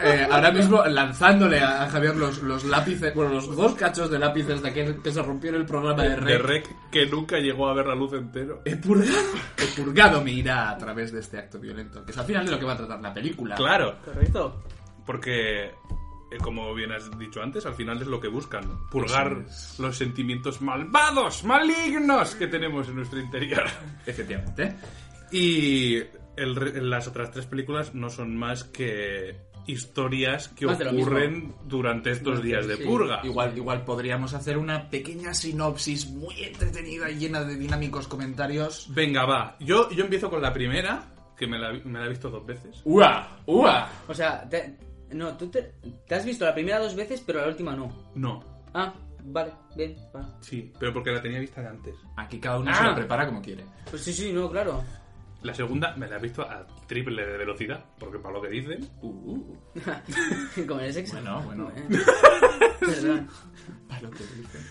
Speaker 2: Eh, ahora mismo lanzándole a Javier los, los lápices, bueno, los dos cachos de lápices de aquel que se rompió en el programa de
Speaker 1: De
Speaker 2: Rec.
Speaker 1: rec que nunca llegó a ver la luz entero.
Speaker 2: He purgado, he purgado mi ira a través de este acto violento, que es al final de lo que va a tratar la película.
Speaker 1: Claro,
Speaker 4: Correcto.
Speaker 1: porque eh, como bien has dicho antes, al final es lo que buscan, purgar los sentimientos malvados, malignos que tenemos en nuestro interior.
Speaker 2: Efectivamente.
Speaker 1: Y el re- las otras tres películas no son más que historias que
Speaker 4: Más de lo
Speaker 1: ocurren durante estos días de
Speaker 4: sí.
Speaker 1: purga.
Speaker 2: Igual, igual podríamos hacer una pequeña sinopsis muy entretenida y llena de dinámicos comentarios.
Speaker 1: Venga, va. Yo, yo empiezo con la primera, que me la, vi- me la he visto dos veces.
Speaker 2: ¡Ua! ¡Ua!
Speaker 4: O sea, te- no, tú te, te has visto la primera dos veces, pero la última no.
Speaker 1: No,
Speaker 4: Ah, vale, bien, vale.
Speaker 1: sí, pero porque la tenía vista de antes.
Speaker 2: Aquí cada uno
Speaker 4: Ah.
Speaker 2: se lo prepara como quiere.
Speaker 4: Pues sí, sí, no, claro. <laughs>
Speaker 1: La segunda me la he visto a triple de velocidad, porque para lo que dicen,
Speaker 2: Uh,
Speaker 4: Como en el sexo.
Speaker 2: Bueno, bueno.
Speaker 4: <laughs> Perdón.
Speaker 2: palo que dicen.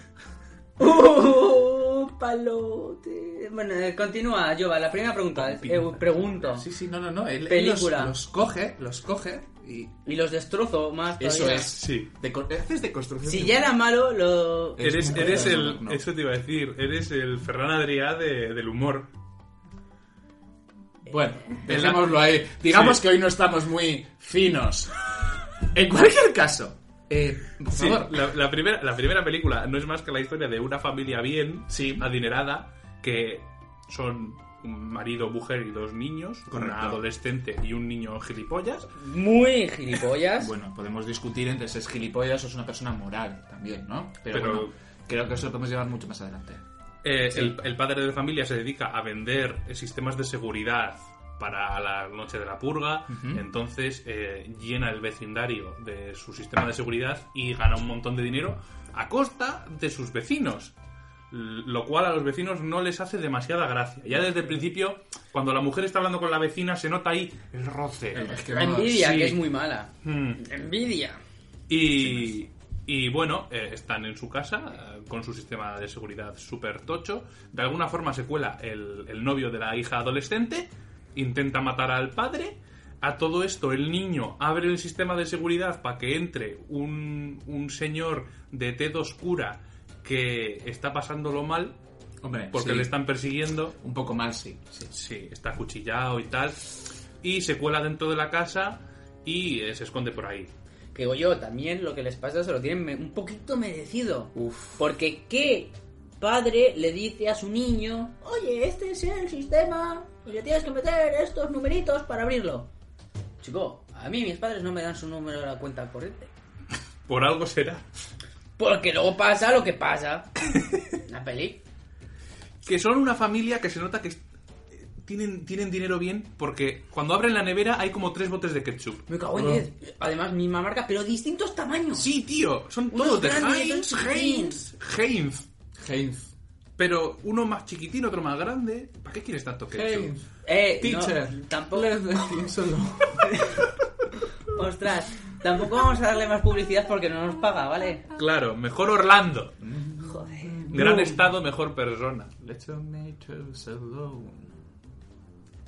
Speaker 4: Uh, palote. Bueno, eh, continúa, Jova. La primera pregunta. eh,
Speaker 1: Continúa.
Speaker 4: pregunto.
Speaker 2: Sí, sí, no, no, no. Él, él
Speaker 4: Película.
Speaker 2: los, los coge, los coge y.
Speaker 4: Y los destrozo más.
Speaker 2: Eso
Speaker 4: todavía.
Speaker 2: es.
Speaker 1: sí.
Speaker 2: De, co- haces de construcción.
Speaker 4: Si ya era malo, lo.
Speaker 2: Es
Speaker 1: Eres,
Speaker 2: muy
Speaker 1: eres
Speaker 2: bueno,
Speaker 1: el.
Speaker 2: no.
Speaker 1: Eso te iba a decir. Eres el Ferran Adrià de- del humor.
Speaker 2: Bueno, dejémoslo ahí. Digamos
Speaker 1: Sí.
Speaker 2: que hoy no estamos muy finos. En cualquier caso, eh, por
Speaker 1: Sí,
Speaker 2: favor.
Speaker 1: la, la primera, la primera película no es más que la historia de una familia bien,
Speaker 2: Sí.
Speaker 1: adinerada, que son un marido, mujer y dos niños,
Speaker 2: Correcto.
Speaker 1: una adolescente y un niño gilipollas.
Speaker 4: Muy gilipollas.
Speaker 2: Bueno, podemos discutir entre si es gilipollas o es una persona moral también, ¿no? Pero,
Speaker 1: Pero-
Speaker 2: bueno, creo que eso lo podemos llevar mucho más adelante.
Speaker 1: Eh, el, el padre de la familia se dedica a vender eh, sistemas de seguridad para la noche de la purga,
Speaker 2: Ujú.
Speaker 1: entonces eh, llena el vecindario de su sistema de seguridad y gana un montón de dinero a costa de sus vecinos, L- lo cual a los vecinos no les hace demasiada gracia. Ya desde el principio, cuando la mujer está hablando con la vecina, se nota ahí el roce.
Speaker 2: Es que
Speaker 4: La
Speaker 2: vamos-
Speaker 4: envidia,
Speaker 1: sí.
Speaker 4: que es muy mala.
Speaker 1: Mm.
Speaker 4: Envidia.
Speaker 1: Y, y bueno, eh, están en su casa eh, con su sistema de seguridad súper tocho. De alguna forma se cuela el, el novio de la hija adolescente, intenta matar al padre. A todo esto, el niño abre el sistema de seguridad para que entre un, un señor de tez oscura que está pasándolo mal
Speaker 2: Hombre,
Speaker 1: porque
Speaker 2: sí,
Speaker 1: le están persiguiendo.
Speaker 2: un poco mal, sí. sí.
Speaker 1: Sí, está acuchillado y tal. Y se cuela dentro de la casa y eh, se esconde por ahí.
Speaker 4: Que digo yo, también lo que les pasa se lo tienen me- un poquito merecido.
Speaker 2: Uf.
Speaker 4: Porque qué padre le dice a su niño, oye, este es el sistema y le tienes que meter estos numeritos para abrirlo. Chico, a mí mis padres no me dan su número de la cuenta corriente.
Speaker 1: Por algo será.
Speaker 4: Porque luego pasa lo que pasa. La peli.
Speaker 1: que son una familia que se nota que es- tienen, tienen dinero bien porque cuando abren la nevera hay como tres botes de ketchup.
Speaker 4: Me cago en
Speaker 2: Ah.
Speaker 4: 10. Además, misma marca, pero distintos tamaños.
Speaker 1: Sí, tío, son
Speaker 4: Unos
Speaker 1: todos de
Speaker 4: grandes y
Speaker 1: Heinz,
Speaker 4: otros
Speaker 1: Heinz, Heinz.
Speaker 2: Heinz.
Speaker 1: Pero uno más chiquitín, otro más grande. ¿Para qué quieres tanto ketchup?
Speaker 2: Heinz.
Speaker 4: Eh, no,
Speaker 2: Teacher.
Speaker 4: tampoco.
Speaker 2: Let's <laughs> drink solo.
Speaker 4: <laughs> Ostras, tampoco vamos a darle más publicidad porque no nos paga, ¿vale?
Speaker 1: Claro, mejor Orlando.
Speaker 4: Joder.
Speaker 1: Gran estado, mejor persona.
Speaker 2: Let tomatoes alone.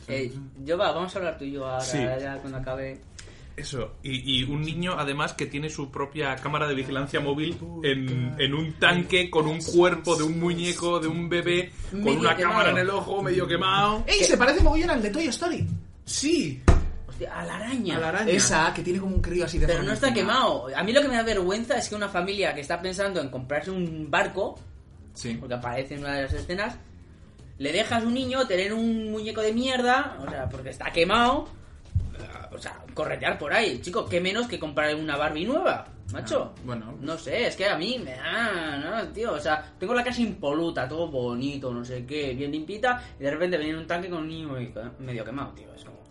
Speaker 4: Eh, yo va, vamos a hablar tú y yo ahora,
Speaker 1: Sí.
Speaker 4: ya cuando acabe.
Speaker 1: Eso. Y, y un niño, además, que tiene su propia cámara de vigilancia móvil en, en un tanque con un cuerpo de un muñeco, de un bebé, con
Speaker 4: Medio
Speaker 1: una
Speaker 4: quemado.
Speaker 1: cámara en el ojo, medio quemado.
Speaker 2: ¡Ey! Se parece mogollón al de Toy Story.
Speaker 1: Sí,
Speaker 4: Hostia, a la araña.
Speaker 1: a la araña.
Speaker 2: Esa que tiene como un crío así de
Speaker 4: Pero
Speaker 2: forma
Speaker 4: no está
Speaker 2: encima.
Speaker 4: quemado. A mí lo que me da vergüenza es que una familia que está pensando en comprarse un barco,
Speaker 2: Sí.
Speaker 4: porque aparece en una de las escenas, le deja a su niño tener un muñeco de mierda, o sea, porque está quemado, o sea, corretear por ahí. Chico, qué menos que comprar una Barbie nueva, macho.
Speaker 2: Ah, bueno.
Speaker 4: No sé, es que a mí me da, no, tío, o sea, tengo la casa impoluta, todo bonito, no sé qué, bien limpita, y de repente viene un tanque con un niño medio- medio quemado, tío, es como...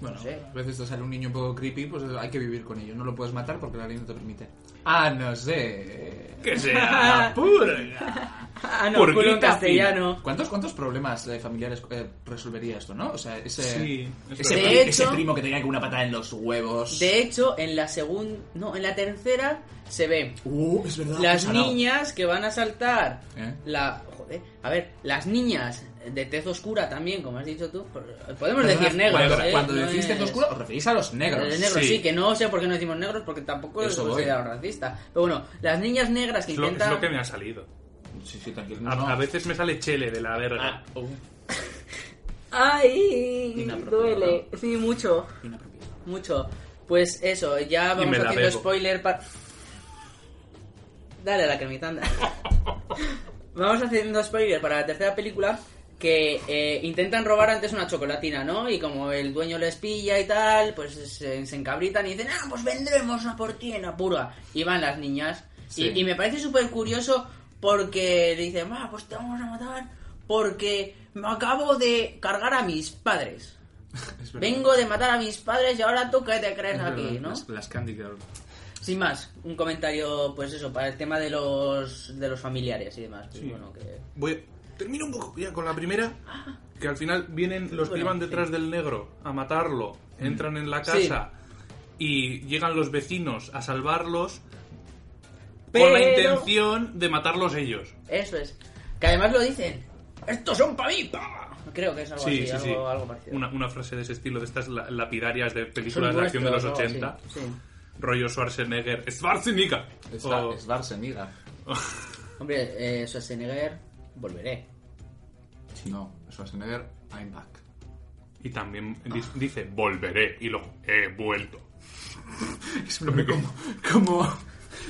Speaker 2: Bueno,
Speaker 4: No sé.
Speaker 2: <laughs> a veces te sale un niño un poco creepy, pues hay que vivir con ello. No lo puedes matar porque la ley no te permite. Ah, no sé. <laughs>
Speaker 1: Que sea la purga.
Speaker 4: Ah, no,
Speaker 1: Porque
Speaker 4: culo en
Speaker 1: está
Speaker 4: castellano.
Speaker 2: ¿Cuántos, cuántos problemas eh, familiares eh, resolvería esto, no? O sea, ese,
Speaker 1: Sí, es
Speaker 2: ese,
Speaker 4: verdad.
Speaker 2: pri-
Speaker 4: De
Speaker 2: ese
Speaker 4: hecho-
Speaker 2: primo que tenía que una patada en los huevos.
Speaker 4: De hecho, en la segunda, no, en la tercera se ve
Speaker 2: Uh, es verdad.
Speaker 4: las
Speaker 2: pasa, no.
Speaker 4: niñas que van a saltar
Speaker 2: ¿Eh?
Speaker 4: la joder, a ver, las niñas de tez oscura también, como has dicho tú, pues, podemos
Speaker 2: Perdona,
Speaker 4: decir negros,
Speaker 2: Cuando,
Speaker 4: ¿eh?
Speaker 2: cuando
Speaker 4: No
Speaker 2: decís
Speaker 4: es-
Speaker 2: tez oscura, os referís a los negros.
Speaker 4: Eh, negros,
Speaker 1: sí.
Speaker 4: sí. que no sé por qué no decimos negros porque tampoco es
Speaker 2: Eso voy.
Speaker 4: considerado racista. Pero bueno, las niñas negras que
Speaker 1: lo, es
Speaker 4: intentan
Speaker 1: lo que me ha salido.
Speaker 2: Sí, sí, tranquilo.
Speaker 1: A,
Speaker 2: no.
Speaker 1: a veces me sale chele de la verga.
Speaker 2: Ah,
Speaker 4: oh,
Speaker 2: uh,
Speaker 4: Ay,
Speaker 2: Inapropiado.
Speaker 4: duele, sí mucho,
Speaker 2: inapropiado.
Speaker 4: mucho. Pues eso, ya vamos
Speaker 1: me la
Speaker 4: haciendo
Speaker 1: bebo.
Speaker 4: spoiler para. Dale a
Speaker 1: <laughs>
Speaker 4: la cremitanda. vamos haciendo spoiler para la tercera película. Que eh, intentan robar antes una chocolatina, ¿no? Y como el dueño les pilla y tal, pues se, se encabritan y dicen, ah, pues vendremos a por ti en la purga. Y van las niñas.
Speaker 2: Sí.
Speaker 4: Y, y me parece súper curioso porque le dicen, va, pues te vamos a matar porque me acabo de cargar a mis padres.
Speaker 2: Es verdad.
Speaker 4: Vengo de matar a mis padres y ahora tú qué te crees
Speaker 2: Es
Speaker 4: aquí,
Speaker 2: verdad,
Speaker 4: ¿no?
Speaker 2: Las, las Candy Girl.
Speaker 4: Sin más, un comentario, pues eso, para el tema de los de los familiares y demás. Pues
Speaker 1: Sí.
Speaker 4: bueno, que-
Speaker 1: Voy, termina un poco. Ya, con la primera, que al final vienen los que
Speaker 4: Bueno,
Speaker 1: iban
Speaker 4: sí. Mm.
Speaker 1: detrás del negro a matarlo, entran en la
Speaker 4: Sí.
Speaker 1: casa y llegan los vecinos a salvarlos con la
Speaker 4: Pero-
Speaker 1: intención de matarlos ellos.
Speaker 4: Eso es. Que además lo dicen. ¡Estos son para mí! pa". Creo que es algo
Speaker 1: Sí,
Speaker 4: así,
Speaker 1: sí,
Speaker 4: algo,
Speaker 1: sí.
Speaker 4: algo parecido.
Speaker 1: Una, una frase de ese estilo, de estas la- lapidarias de
Speaker 4: Son
Speaker 1: películas de acción de los
Speaker 4: vuestros, algo
Speaker 1: 80.
Speaker 4: así, sí.
Speaker 1: Rollo Schwarzenegger. ¡Schwarzenegger!
Speaker 2: Es,
Speaker 1: O-
Speaker 2: es Schwarzenegger.
Speaker 4: Hombre, eh, Schwarzenegger, volveré.
Speaker 2: No, Schwarzenegger, I'm back.
Speaker 1: <laughs> Y también di- dice, volveré. Y luego, he vuelto.
Speaker 2: Es como, como-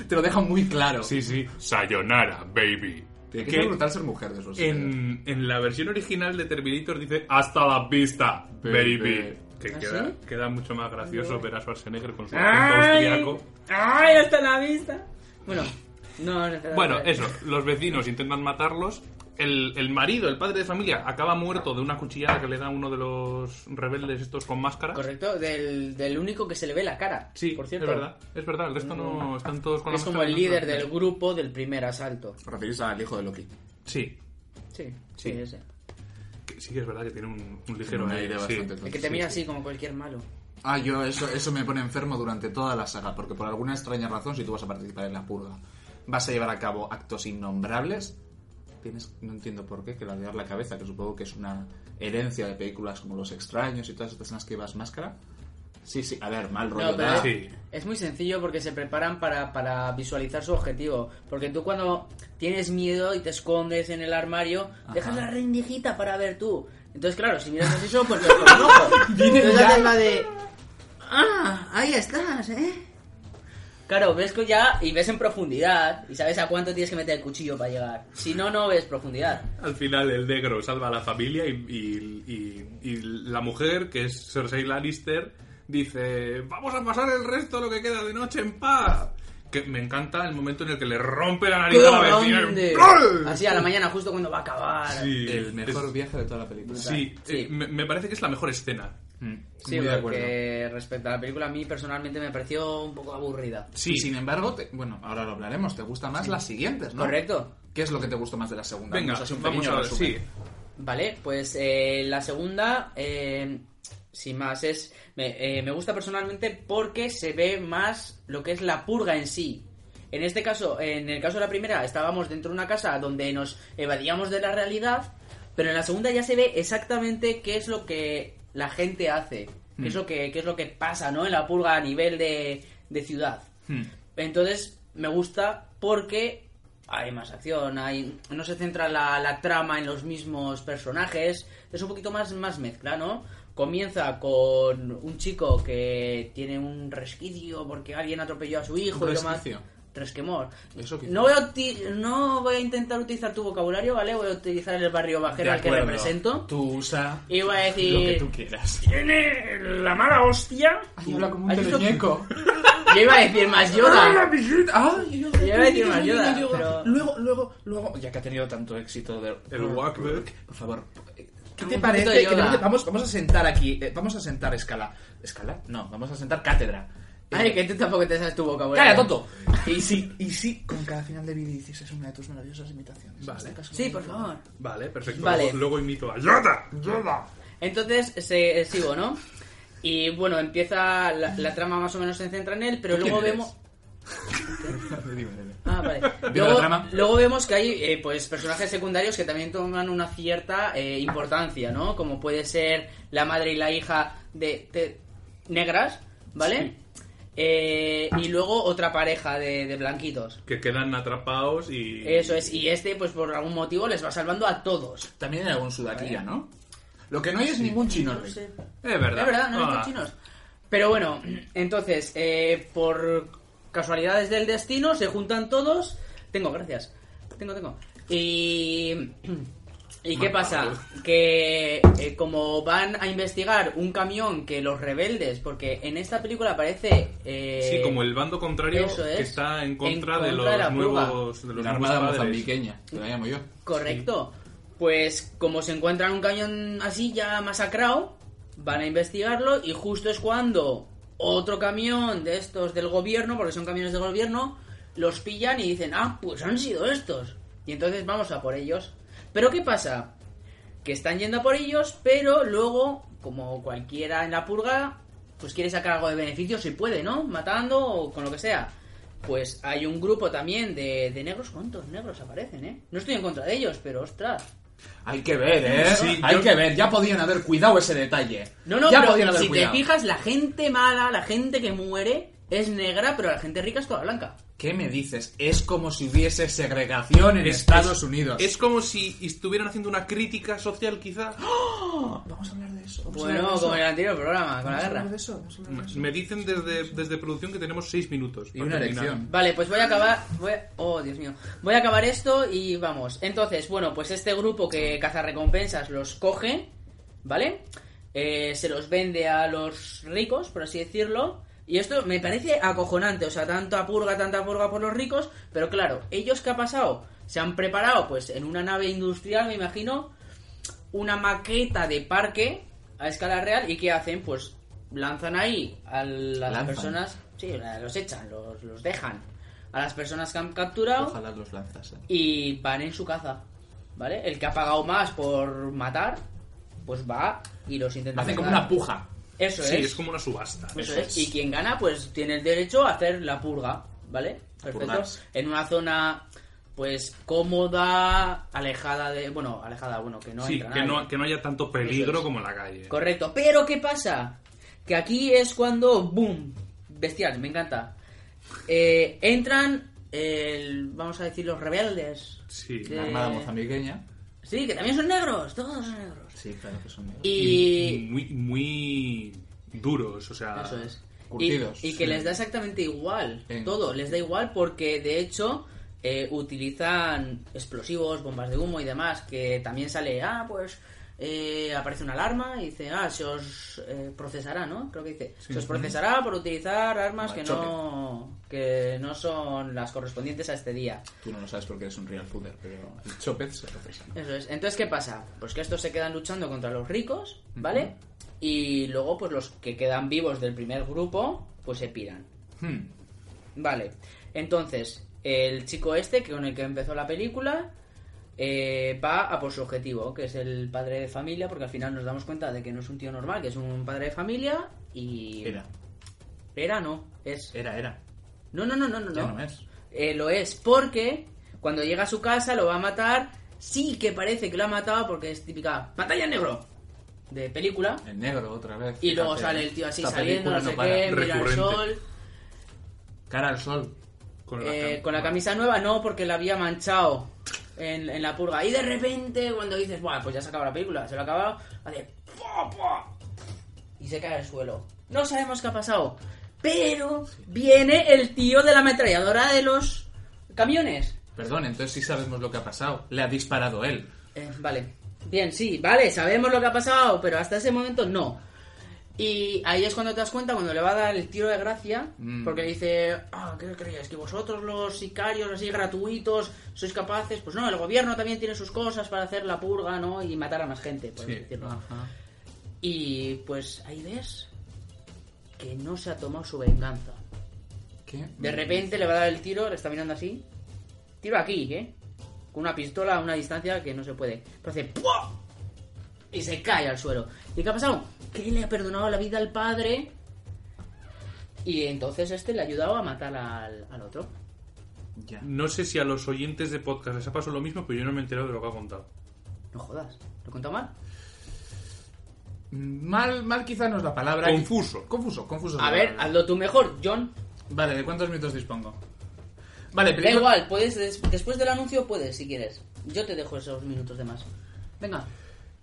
Speaker 2: Te lo deja muy claro.
Speaker 1: Sí, sí. Sayonara, baby.
Speaker 2: Tiene que
Speaker 1: Que
Speaker 2: ser brutal ser mujer de Schwarzenegger.
Speaker 1: en, en la versión original de Terminator dice, hasta la vista,
Speaker 2: Baby.
Speaker 1: baby. Que
Speaker 4: ¿Ah,
Speaker 1: queda,
Speaker 4: sí?
Speaker 1: queda mucho más gracioso ver a Schwarzenegger con su acento
Speaker 4: ¡Ay!
Speaker 1: austriaco.
Speaker 4: ¡Ay, hasta la vista! Bueno, no, no, no,
Speaker 1: Bueno,
Speaker 4: no.
Speaker 1: eso, los vecinos intentan matarlos. El, el marido, el padre de familia, acaba muerto de una cuchillada que le da uno de los rebeldes estos con máscara.
Speaker 4: Correcto, del, del único que se le ve la cara.
Speaker 1: Sí,
Speaker 4: por cierto. Mm.
Speaker 1: es verdad, es verdad, el resto no están todos con la
Speaker 4: Es como
Speaker 1: máscara.
Speaker 4: el
Speaker 1: no
Speaker 4: líder
Speaker 1: se-
Speaker 4: del grupo del primer asalto.
Speaker 2: Os referís al hijo de Loki.
Speaker 1: Sí,
Speaker 4: Sí, sí,
Speaker 1: Sí.
Speaker 4: ese.
Speaker 1: que- sí que es verdad que tiene un, un ligero
Speaker 2: Una
Speaker 1: aire,
Speaker 2: idea
Speaker 1: sí.
Speaker 2: bastante
Speaker 4: El
Speaker 2: tonta,
Speaker 4: que te
Speaker 2: sí,
Speaker 4: mira
Speaker 2: sí.
Speaker 4: así como cualquier malo.
Speaker 2: Ah, yo eso, eso me pone enfermo durante toda la saga, porque por alguna extraña razón, si tú vas a participar en la purga, vas a llevar a cabo actos innombrables, tienes, no entiendo por qué, que ladear la cabeza, que supongo que es una herencia de películas como Los Extraños y todas estas en las que llevas máscara. Sí, sí, a ver, mal rollo.
Speaker 4: No, pero
Speaker 2: da.
Speaker 1: sí.
Speaker 4: es muy sencillo porque se preparan para, para visualizar su objetivo. Porque tú cuando tienes miedo y te escondes en el armario, dejas la rendijita para ver tú. Entonces, claro, si miras así solo, <laughs> pues te ojo. Entonces
Speaker 2: ya.
Speaker 4: haces la de... Ah, ahí estás, ¿eh? Claro, ves que ya y ves en profundidad y sabes a cuánto tienes que meter el cuchillo para llegar. Si no, no ves profundidad.
Speaker 1: Al final el negro salva a la familia y, y- y- y la mujer, que es Cersei Lannister, dice, vamos a pasar el resto de lo que queda de noche en paz. Que me encanta el momento en el que le rompe la nariz a la vecina.
Speaker 4: ¿Dónde?
Speaker 1: ¡Brr!
Speaker 4: Así a la mañana, justo cuando va a acabar.
Speaker 1: Sí,
Speaker 2: El mejor
Speaker 1: es-
Speaker 2: viaje de toda la película.
Speaker 1: sí,
Speaker 4: Sí.
Speaker 1: eh, me, me parece que es la mejor escena.
Speaker 2: Mm,
Speaker 4: Sí,
Speaker 2: muy de acuerdo.
Speaker 4: porque respecto a la película, a mí personalmente me pareció un poco aburrida.
Speaker 1: Sí,
Speaker 2: Y sin embargo, te- bueno, ahora lo hablaremos, te gustan más las siguientes, ¿no?
Speaker 4: Correcto.
Speaker 2: ¿Qué es lo que te gustó más de la segunda?
Speaker 1: venga,
Speaker 2: Haznos así un
Speaker 1: vamos
Speaker 2: pequeño
Speaker 1: a ver,
Speaker 2: resumen.
Speaker 1: sí.
Speaker 4: Vale, pues eh, la segunda, eh, sin más, es me, eh, me gusta personalmente porque se ve más lo que es la purga en sí. En este caso, en el caso de la primera, estábamos dentro de una casa donde nos evadíamos de la realidad, pero en la segunda ya se ve exactamente qué es lo que la gente hace, qué, es, lo que, qué es lo que pasa ¿no? en la purga a nivel de, de ciudad.
Speaker 2: Mm.
Speaker 4: Entonces, me gusta porque hay más acción, hay, no se centra la, la trama en los mismos personajes, es un poquito más, más mezcla, ¿no? Comienza con un chico que tiene un resquicio porque alguien atropelló a su hijo
Speaker 2: ¿Un
Speaker 4: y lo más...
Speaker 2: resquicio?
Speaker 4: Resquemor.
Speaker 2: Eso quizá.
Speaker 4: No voy, a uti- no voy a intentar utilizar tu vocabulario, ¿vale? Voy a utilizar el barrio bajero al que
Speaker 2: acuerdo.
Speaker 4: represento.
Speaker 2: Tú usa
Speaker 4: Y voy a decir-
Speaker 2: lo que tú quieras.
Speaker 4: ¡Tiene la mala hostia!
Speaker 2: Ay, habla como un
Speaker 4: ¿Has visto?
Speaker 2: teleñeco. ¡Ah,
Speaker 4: Yo iba a decir más Yoda.
Speaker 2: Ay, yo
Speaker 4: iba a decir una ayuda, pero-
Speaker 2: Luego, luego, luego, ya que ha tenido tanto éxito de...
Speaker 1: El walkback.
Speaker 2: Por favor. ¿Qué
Speaker 4: Un
Speaker 2: te
Speaker 4: poquito
Speaker 2: parece?
Speaker 4: de
Speaker 2: que
Speaker 4: Yoda.
Speaker 2: vamos, vamos a sentar aquí, eh, vamos a sentar escala. ¿Escala? No, vamos a sentar cátedra. Eh,
Speaker 4: Ay, que tú tampoco te sabes tu vocabulario.
Speaker 2: ¡Calla, tonto! Y sí, y sí, con cada final de vídeo dices una de tus maravillosas imitaciones.
Speaker 1: Vale.
Speaker 2: En este caso,
Speaker 4: Sí, por favor.
Speaker 1: Vale, perfecto.
Speaker 4: Vale.
Speaker 1: Luego, luego imito a Yoda.
Speaker 2: Yoda.
Speaker 4: Entonces se, sigo, ¿no? Y bueno, empieza la, la trama más o menos se centra en él, pero
Speaker 2: ¿Tú
Speaker 4: luego
Speaker 2: quién
Speaker 4: vemos.
Speaker 2: Dime, dime.
Speaker 4: Ah, vale.
Speaker 2: Empieza la
Speaker 4: Luego,
Speaker 2: trama.
Speaker 4: luego vemos que hay eh, pues personajes secundarios que también toman una cierta eh, importancia, ¿no? Como puede ser la madre y la hija de, de negras, ¿vale? Eh, y luego otra pareja de, de blanquitos.
Speaker 1: Que quedan atrapados y...
Speaker 4: Eso es, y este, pues por algún motivo, les va salvando a todos.
Speaker 2: También hay algún sudaquilla, ¿no? Lo que no hay es ningún chino.
Speaker 4: No
Speaker 2: Rick.
Speaker 4: sé.
Speaker 1: Es verdad.
Speaker 4: Es verdad, no
Speaker 1: Ah.
Speaker 4: son chinos. Pero bueno, entonces, eh, por casualidades del destino, se juntan todos. Tengo, gracias. Tengo, tengo. Y. ¿Y qué pasa? Que eh, como van a investigar un camión que los rebeldes, porque en esta película aparece... eh,
Speaker 1: Sí, como el bando contrario
Speaker 4: Eso es.
Speaker 1: que está en contra,
Speaker 4: En
Speaker 1: de
Speaker 4: contra de la
Speaker 1: los nuevos, de los
Speaker 2: La
Speaker 1: nuevos
Speaker 2: armada
Speaker 1: padres.
Speaker 2: mozambiqueña, que la llamo yo.
Speaker 4: Correcto. Pues como se encuentran un camión así ya masacrado, van a investigarlo y justo es cuando otro camión de estos del gobierno, porque son camiones del gobierno, los pillan y dicen, ah, pues han sido estos. Y entonces vamos a por ellos. Pero ¿qué pasa? Que están yendo a por ellos, pero luego, como cualquiera en la purga, pues quiere sacar algo de beneficio si puede, ¿no? Matando o con lo que sea. Pues hay un grupo también de, de negros. ¿Cuántos negros aparecen, eh? No estoy en contra de ellos, pero ostras.
Speaker 2: Hay que ver, ¿eh?
Speaker 1: Sí,
Speaker 2: Hay
Speaker 1: yo-
Speaker 2: que ver. Ya podían haber cuidado ese detalle.
Speaker 4: No, no,
Speaker 2: ya
Speaker 4: pero
Speaker 2: podían haber
Speaker 4: si
Speaker 2: cuidado.
Speaker 4: te fijas, la gente mala, la gente que muere, es negra, pero la gente rica es toda blanca.
Speaker 2: ¿Qué me dices? Es como si hubiese segregación en
Speaker 1: Es-
Speaker 2: Estados
Speaker 1: es-
Speaker 2: Unidos.
Speaker 1: Es como si estuvieran haciendo una crítica social, quizá. <gasps>
Speaker 2: Vamos a hablar de eso. vamos a hablar de eso.
Speaker 4: Bueno, Pues como en el anterior programa, con la
Speaker 2: Vamos a
Speaker 4: guerra.
Speaker 2: hablar de eso, vamos a hablar de eso.
Speaker 1: Me dicen desde, desde producción que tenemos seis minutos.
Speaker 2: Y
Speaker 1: para
Speaker 2: una
Speaker 1: terminar.
Speaker 2: erección.
Speaker 4: Vale, pues voy a acabar. voy a- oh, Dios mío. Voy a acabar esto y vamos. Entonces, bueno, pues este grupo que caza recompensas los coge, ¿vale? Eh, se los vende a los ricos, por así decirlo. Y esto me parece acojonante. O sea, tanta purga, tanta purga por los ricos. Pero claro, ¿ellos qué ha pasado? Se han preparado, pues, en una nave industrial, me imagino, una maqueta de parque a escala real. ¿Y qué hacen? Pues lanzan ahí a las
Speaker 2: Lanzan.
Speaker 4: personas. Sí, la- los echan, los, los dejan a las personas que han capturado
Speaker 2: Ojalá los lanzas.
Speaker 4: y van en su caza. ¿Vale? El que ha pagado más por matar, pues va y los intenta.
Speaker 2: Hacen como
Speaker 4: matar.
Speaker 2: una puja.
Speaker 4: Eso
Speaker 1: Sí,
Speaker 4: es.
Speaker 1: es como una subasta.
Speaker 4: Eso
Speaker 2: Eso
Speaker 4: es.
Speaker 2: es.
Speaker 4: Y quien gana, pues tiene el derecho a hacer la purga, ¿vale? Perfecto.
Speaker 2: purgarse.
Speaker 4: En una zona, pues, cómoda, alejada de. Bueno, alejada, bueno, que no
Speaker 1: sí,
Speaker 4: entra
Speaker 1: que
Speaker 4: nadie.
Speaker 1: no, que no haya tanto peligro
Speaker 4: Eso es.
Speaker 1: como en la calle.
Speaker 4: Correcto. Pero ¿qué pasa? Que aquí es cuando. ¡Boom! Bestial, me encanta. Eh, entran. el- vamos a decir, los rebeldes.
Speaker 1: Sí.
Speaker 4: De-
Speaker 2: La armada mozambiqueña.
Speaker 4: Sí, que también son negros, todos son negros.
Speaker 2: Sí, claro que son negros.
Speaker 1: Y
Speaker 4: Y.
Speaker 1: muy, muy duros, o sea.
Speaker 4: Eso es.
Speaker 2: Curtidos.
Speaker 4: y, y que les da exactamente igual.
Speaker 2: En-
Speaker 4: Todo, les da igual porque de hecho eh, utilizan explosivos, bombas de humo y demás. Que también sale, ah, pues eh, aparece una alarma y dice, ah, se os eh, procesará, ¿no? Creo que dice, se os procesará por utilizar armas que no, que no son las correspondientes a este día.
Speaker 2: Tú no lo sabes porque eres un real fooder, pero el chopez se procesa.
Speaker 4: Eso es. Entonces, ¿qué pasa? Pues que estos se quedan luchando contra los ricos, ¿vale? Y luego, pues los que quedan vivos del primer grupo, pues se piran.
Speaker 2: Hmm.
Speaker 4: Vale. Entonces, el chico este, que con el que empezó la película, eh, va a por su objetivo, que es el padre de familia, porque al final nos damos cuenta de que no es un tío normal, que es un padre de familia y...
Speaker 2: Era,
Speaker 4: Era no, es...
Speaker 2: era, era.
Speaker 4: No, no, no, no, no.
Speaker 2: Eh, Ya
Speaker 4: no.
Speaker 2: no es.
Speaker 4: Eh, lo es porque cuando llega a su casa lo va a matar. Sí que parece que lo ha matado porque es típica pantalla en negro de película.
Speaker 2: El negro otra vez.
Speaker 4: Y luego
Speaker 2: Eh, Fíjate, eh,
Speaker 4: sale el tío así
Speaker 2: esta
Speaker 4: saliendo,
Speaker 2: película
Speaker 4: no sé
Speaker 2: para.
Speaker 4: qué, mira el
Speaker 1: recurrente.
Speaker 4: sol.
Speaker 2: Cara al sol.
Speaker 1: Con
Speaker 4: Eh,
Speaker 1: cam-
Speaker 4: con la camisa nueva no, porque la había manchado en, en la purga. Y de repente, cuando dices, bueno, pues ya se acaba la película, se lo ha acabado, hace ¡pua, pua! y se cae al suelo. No sabemos qué ha pasado, pero viene el tío de la ametralladora de los camiones.
Speaker 2: Perdón, entonces sí sabemos lo que ha pasado. Le ha disparado él.
Speaker 4: Eh, vale. Bien, sí, vale, sabemos lo que ha pasado, pero hasta ese momento no. Y ahí es cuando te das cuenta, cuando le va a dar el tiro de gracia,
Speaker 2: Mm.
Speaker 4: porque le dice, ah, ¿qué creéis? ¿Que vosotros los sicarios así gratuitos sois capaces? Pues no, el gobierno también tiene sus cosas para hacer la purga, ¿no? Y matar a más gente, por
Speaker 1: Sí.
Speaker 4: así decirlo. Y pues ahí ves que no se ha tomado su venganza.
Speaker 2: ¿Qué?
Speaker 4: De repente le va a dar el tiro, le está mirando así. Tiro aquí, ¿eh? Con una pistola a una distancia que no se puede. Pero hace ¡pua! Y se cae al suelo. ¿Y qué ha pasado? Que le ha perdonado la vida al padre. Y entonces este le ha ayudado a matar al, al otro.
Speaker 2: Ya.
Speaker 1: No sé si a los oyentes de podcast les ha pasado lo mismo, pero yo no me he enterado de lo que ha contado.
Speaker 4: No jodas. ¿Lo he contado mal?
Speaker 2: Mal, mal quizá no es la palabra.
Speaker 1: Confuso.
Speaker 2: Confuso, confuso. es
Speaker 4: A
Speaker 2: la
Speaker 4: ver,
Speaker 2: palabra.
Speaker 4: hazlo tú mejor, John.
Speaker 2: Vale, ¿de cuántos minutos dispongo? Vale,
Speaker 4: Da
Speaker 2: película...
Speaker 4: igual, puedes des- después del anuncio puedes, si quieres. Yo te dejo esos minutos de más. Venga.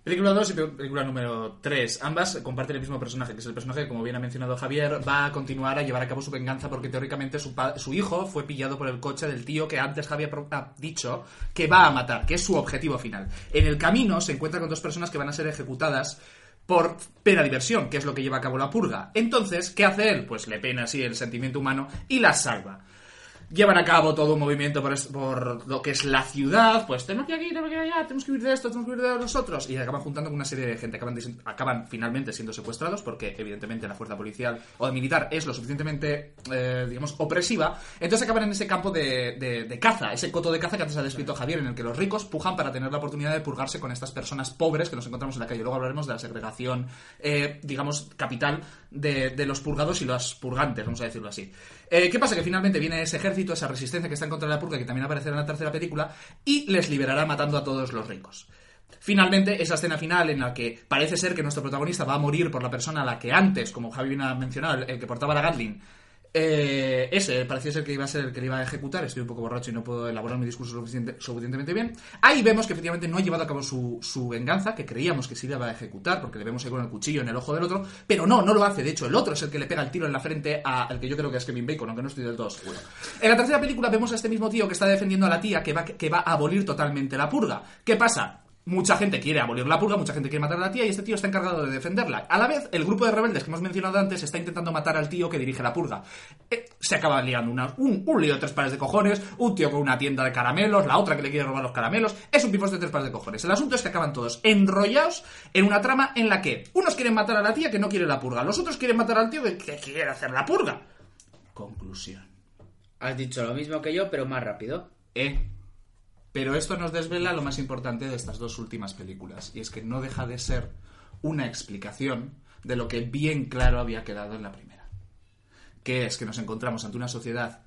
Speaker 2: Película 2 y pe- película número 3. Ambas comparten el mismo personaje, que es el personaje que, como bien ha mencionado Javier, va a continuar a llevar a cabo su venganza porque teóricamente su, pa- su hijo fue pillado por el coche del tío que antes Javier pro- ha dicho que va a matar, que es su objetivo final. En el camino se encuentra con dos personas que van a ser ejecutadas por pena diversión, que es lo que lleva a cabo la purga. Entonces, ¿qué hace él? Pues le pena así el sentimiento humano y la salva. llevan a cabo todo un movimiento por, es- por lo que es la ciudad, pues tenemos que ir aquí, tenemos que ir allá, tenemos que huir de esto, tenemos que huir de nosotros, y acaban juntando con una serie de gente, acaban, de- acaban finalmente siendo secuestrados porque evidentemente la fuerza policial o de militar es lo suficientemente, eh, digamos, opresiva, entonces acaban en ese campo de, de- de caza, ese coto de caza que antes ha descrito Javier, en el que los ricos pujan para tener la oportunidad de purgarse con estas personas pobres que nos encontramos en la calle. Luego hablaremos de la segregación, eh, digamos, capital de, de los purgados y las purgantes, vamos a decirlo así. Eh, ¿Qué pasa? Que finalmente viene ese ejército, esa resistencia que está en contra de la purga, que también aparecerá en la tercera película, y les liberará matando a todos los ricos. Finalmente, esa escena final en la que parece ser que nuestro protagonista va a morir por la persona a la que antes, como Javi bien ha mencionado, el que portaba la Gatlin, eh, ese parecía ser que iba a ser el que le iba a ejecutar. Estoy un poco borracho y no puedo elaborar mi discurso suficiente- suficientemente bien. Ahí vemos que efectivamente no ha llevado a cabo su, su venganza, que creíamos que sí le iba a ejecutar, porque le vemos ahí con el cuchillo en el ojo del otro, pero no, no lo hace. De hecho, el otro es el que le pega el tiro en la frente a- al que yo creo que es Kevin Bacon, aunque no estoy del todo seguro. En la tercera película vemos a este mismo tío que está defendiendo a la tía que va, que va a abolir totalmente la purga. ¿Qué pasa? Mucha gente quiere abolir la purga, mucha gente quiere matar a la tía y este tío está encargado de defenderla. A la vez, el grupo de rebeldes que hemos mencionado antes está intentando matar al tío que dirige la purga. Eh, se acaba liando una- un, un lío de tres pares de cojones, un tío con una tienda de caramelos, la otra que le quiere robar los caramelos. Es un pifos de tres pares de cojones. El asunto es que acaban todos enrollados en una trama en la que unos quieren matar a la tía que no quiere la purga, los otros quieren matar al tío que, que quiere hacer la purga. Conclusión.
Speaker 4: Has dicho lo mismo que yo, pero más rápido.
Speaker 2: Eh. Pero esto nos desvela lo más importante de estas dos últimas películas, y es que no deja de ser una explicación de lo que bien claro había quedado en la primera, que es que nos encontramos ante una sociedad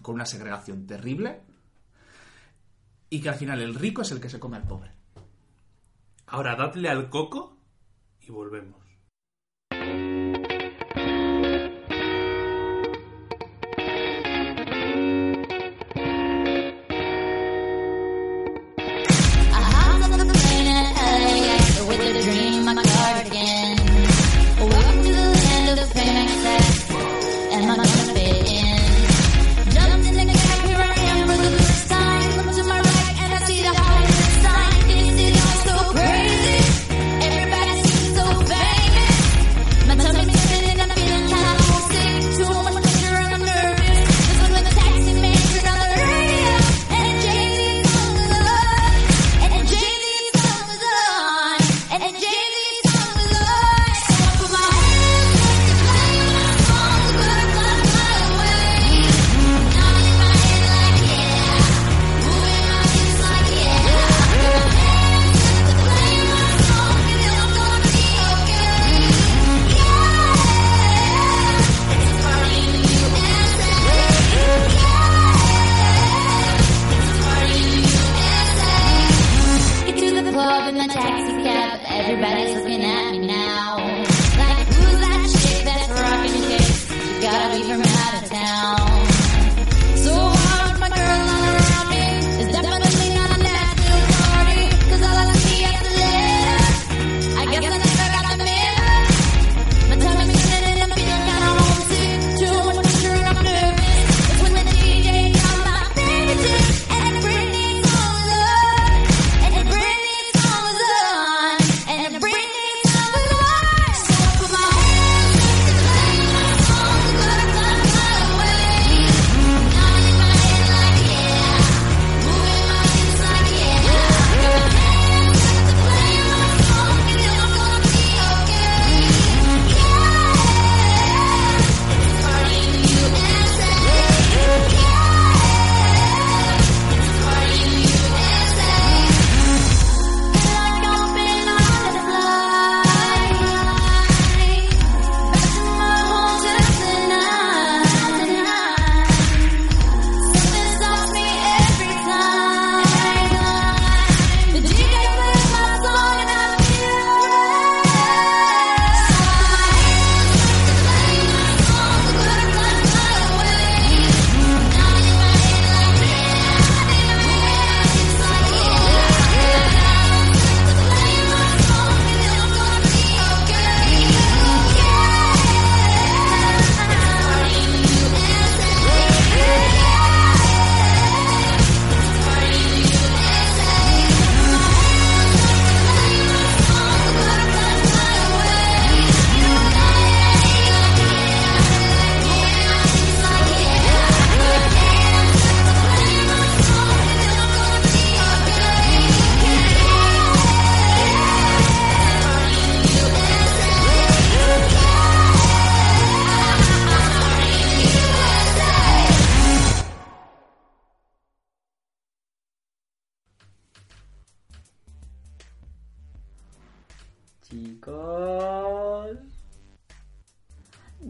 Speaker 2: con una segregación terrible y que al final el rico es el que se come al pobre.
Speaker 1: Ahora dadle al coco y volvemos.
Speaker 5: I hopped on the plane at LAX with a dream, my cardigan. Welcome to the land of fame and sex, and I'm gonna fit in. Jumped in the cab, here I am for the first time. Look to my right and I see the Hollywood sign. Is it all so crazy? Everybody seems so famous.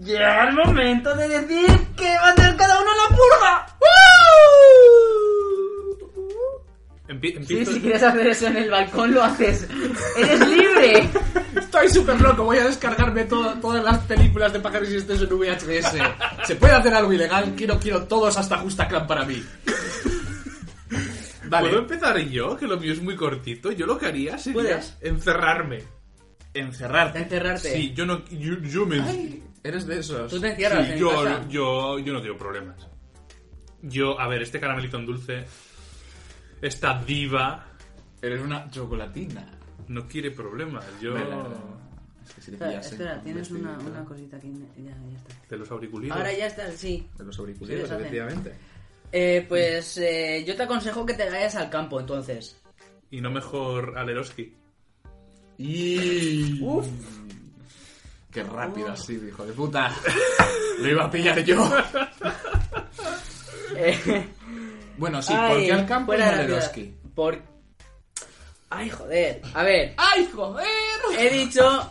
Speaker 4: Llega el momento de decir que va a hacer cada uno la purga. ¡Woo!
Speaker 1: Empie-
Speaker 4: Sí,
Speaker 1: empiezo-
Speaker 4: si quieres hacer eso en el balcón, lo haces. ¡Eres libre!
Speaker 2: Estoy súper loco, voy a descargarme todo- todas las películas de pájaros existentes en VHS. Se puede hacer algo ilegal, quiero, quiero todos hasta Justa Clan para mí. Vale,
Speaker 1: ¿Puedo empezar yo? Que lo mío es muy cortito. Yo lo que haría sería
Speaker 4: Puedes.
Speaker 1: encerrarme.
Speaker 2: encerrarte.
Speaker 4: Encerrarte.
Speaker 1: Sí, yo no. Yo, yo me.
Speaker 2: Eres de esos.
Speaker 4: Tú te encierras
Speaker 1: Sí,
Speaker 4: en
Speaker 1: yo,
Speaker 4: casa.
Speaker 1: yo, yo no tengo problemas. Yo, a ver, este caramelito en dulce. Esta diva
Speaker 2: Eres una chocolatina.
Speaker 1: no quiere problemas. Yo.
Speaker 2: Es que si te
Speaker 4: Espera,
Speaker 2: pillas, eh,
Speaker 4: espera, tienes
Speaker 2: vestidito.
Speaker 4: una, una cosita aquí. Ya, ya está.
Speaker 1: De los auriculares.
Speaker 4: Ahora ya estás, sí.
Speaker 2: De los auriculares,
Speaker 4: Sí, les hacen.
Speaker 2: efectivamente.
Speaker 4: Eh, pues eh, yo te aconsejo que te vayas al campo, entonces.
Speaker 1: Y no mejor Aleroski.
Speaker 2: Y. Uf. Qué rápido así, hijo de puta. <laughs> Lo iba a pillar yo.
Speaker 4: Eh,
Speaker 2: Bueno, sí,
Speaker 4: ay,
Speaker 2: porque al campo
Speaker 4: fuera
Speaker 2: y
Speaker 4: de la
Speaker 2: Maledowski.
Speaker 4: ciudad. Por... Ay, joder. A ver,
Speaker 2: ¡Ay, joder!
Speaker 4: he dicho...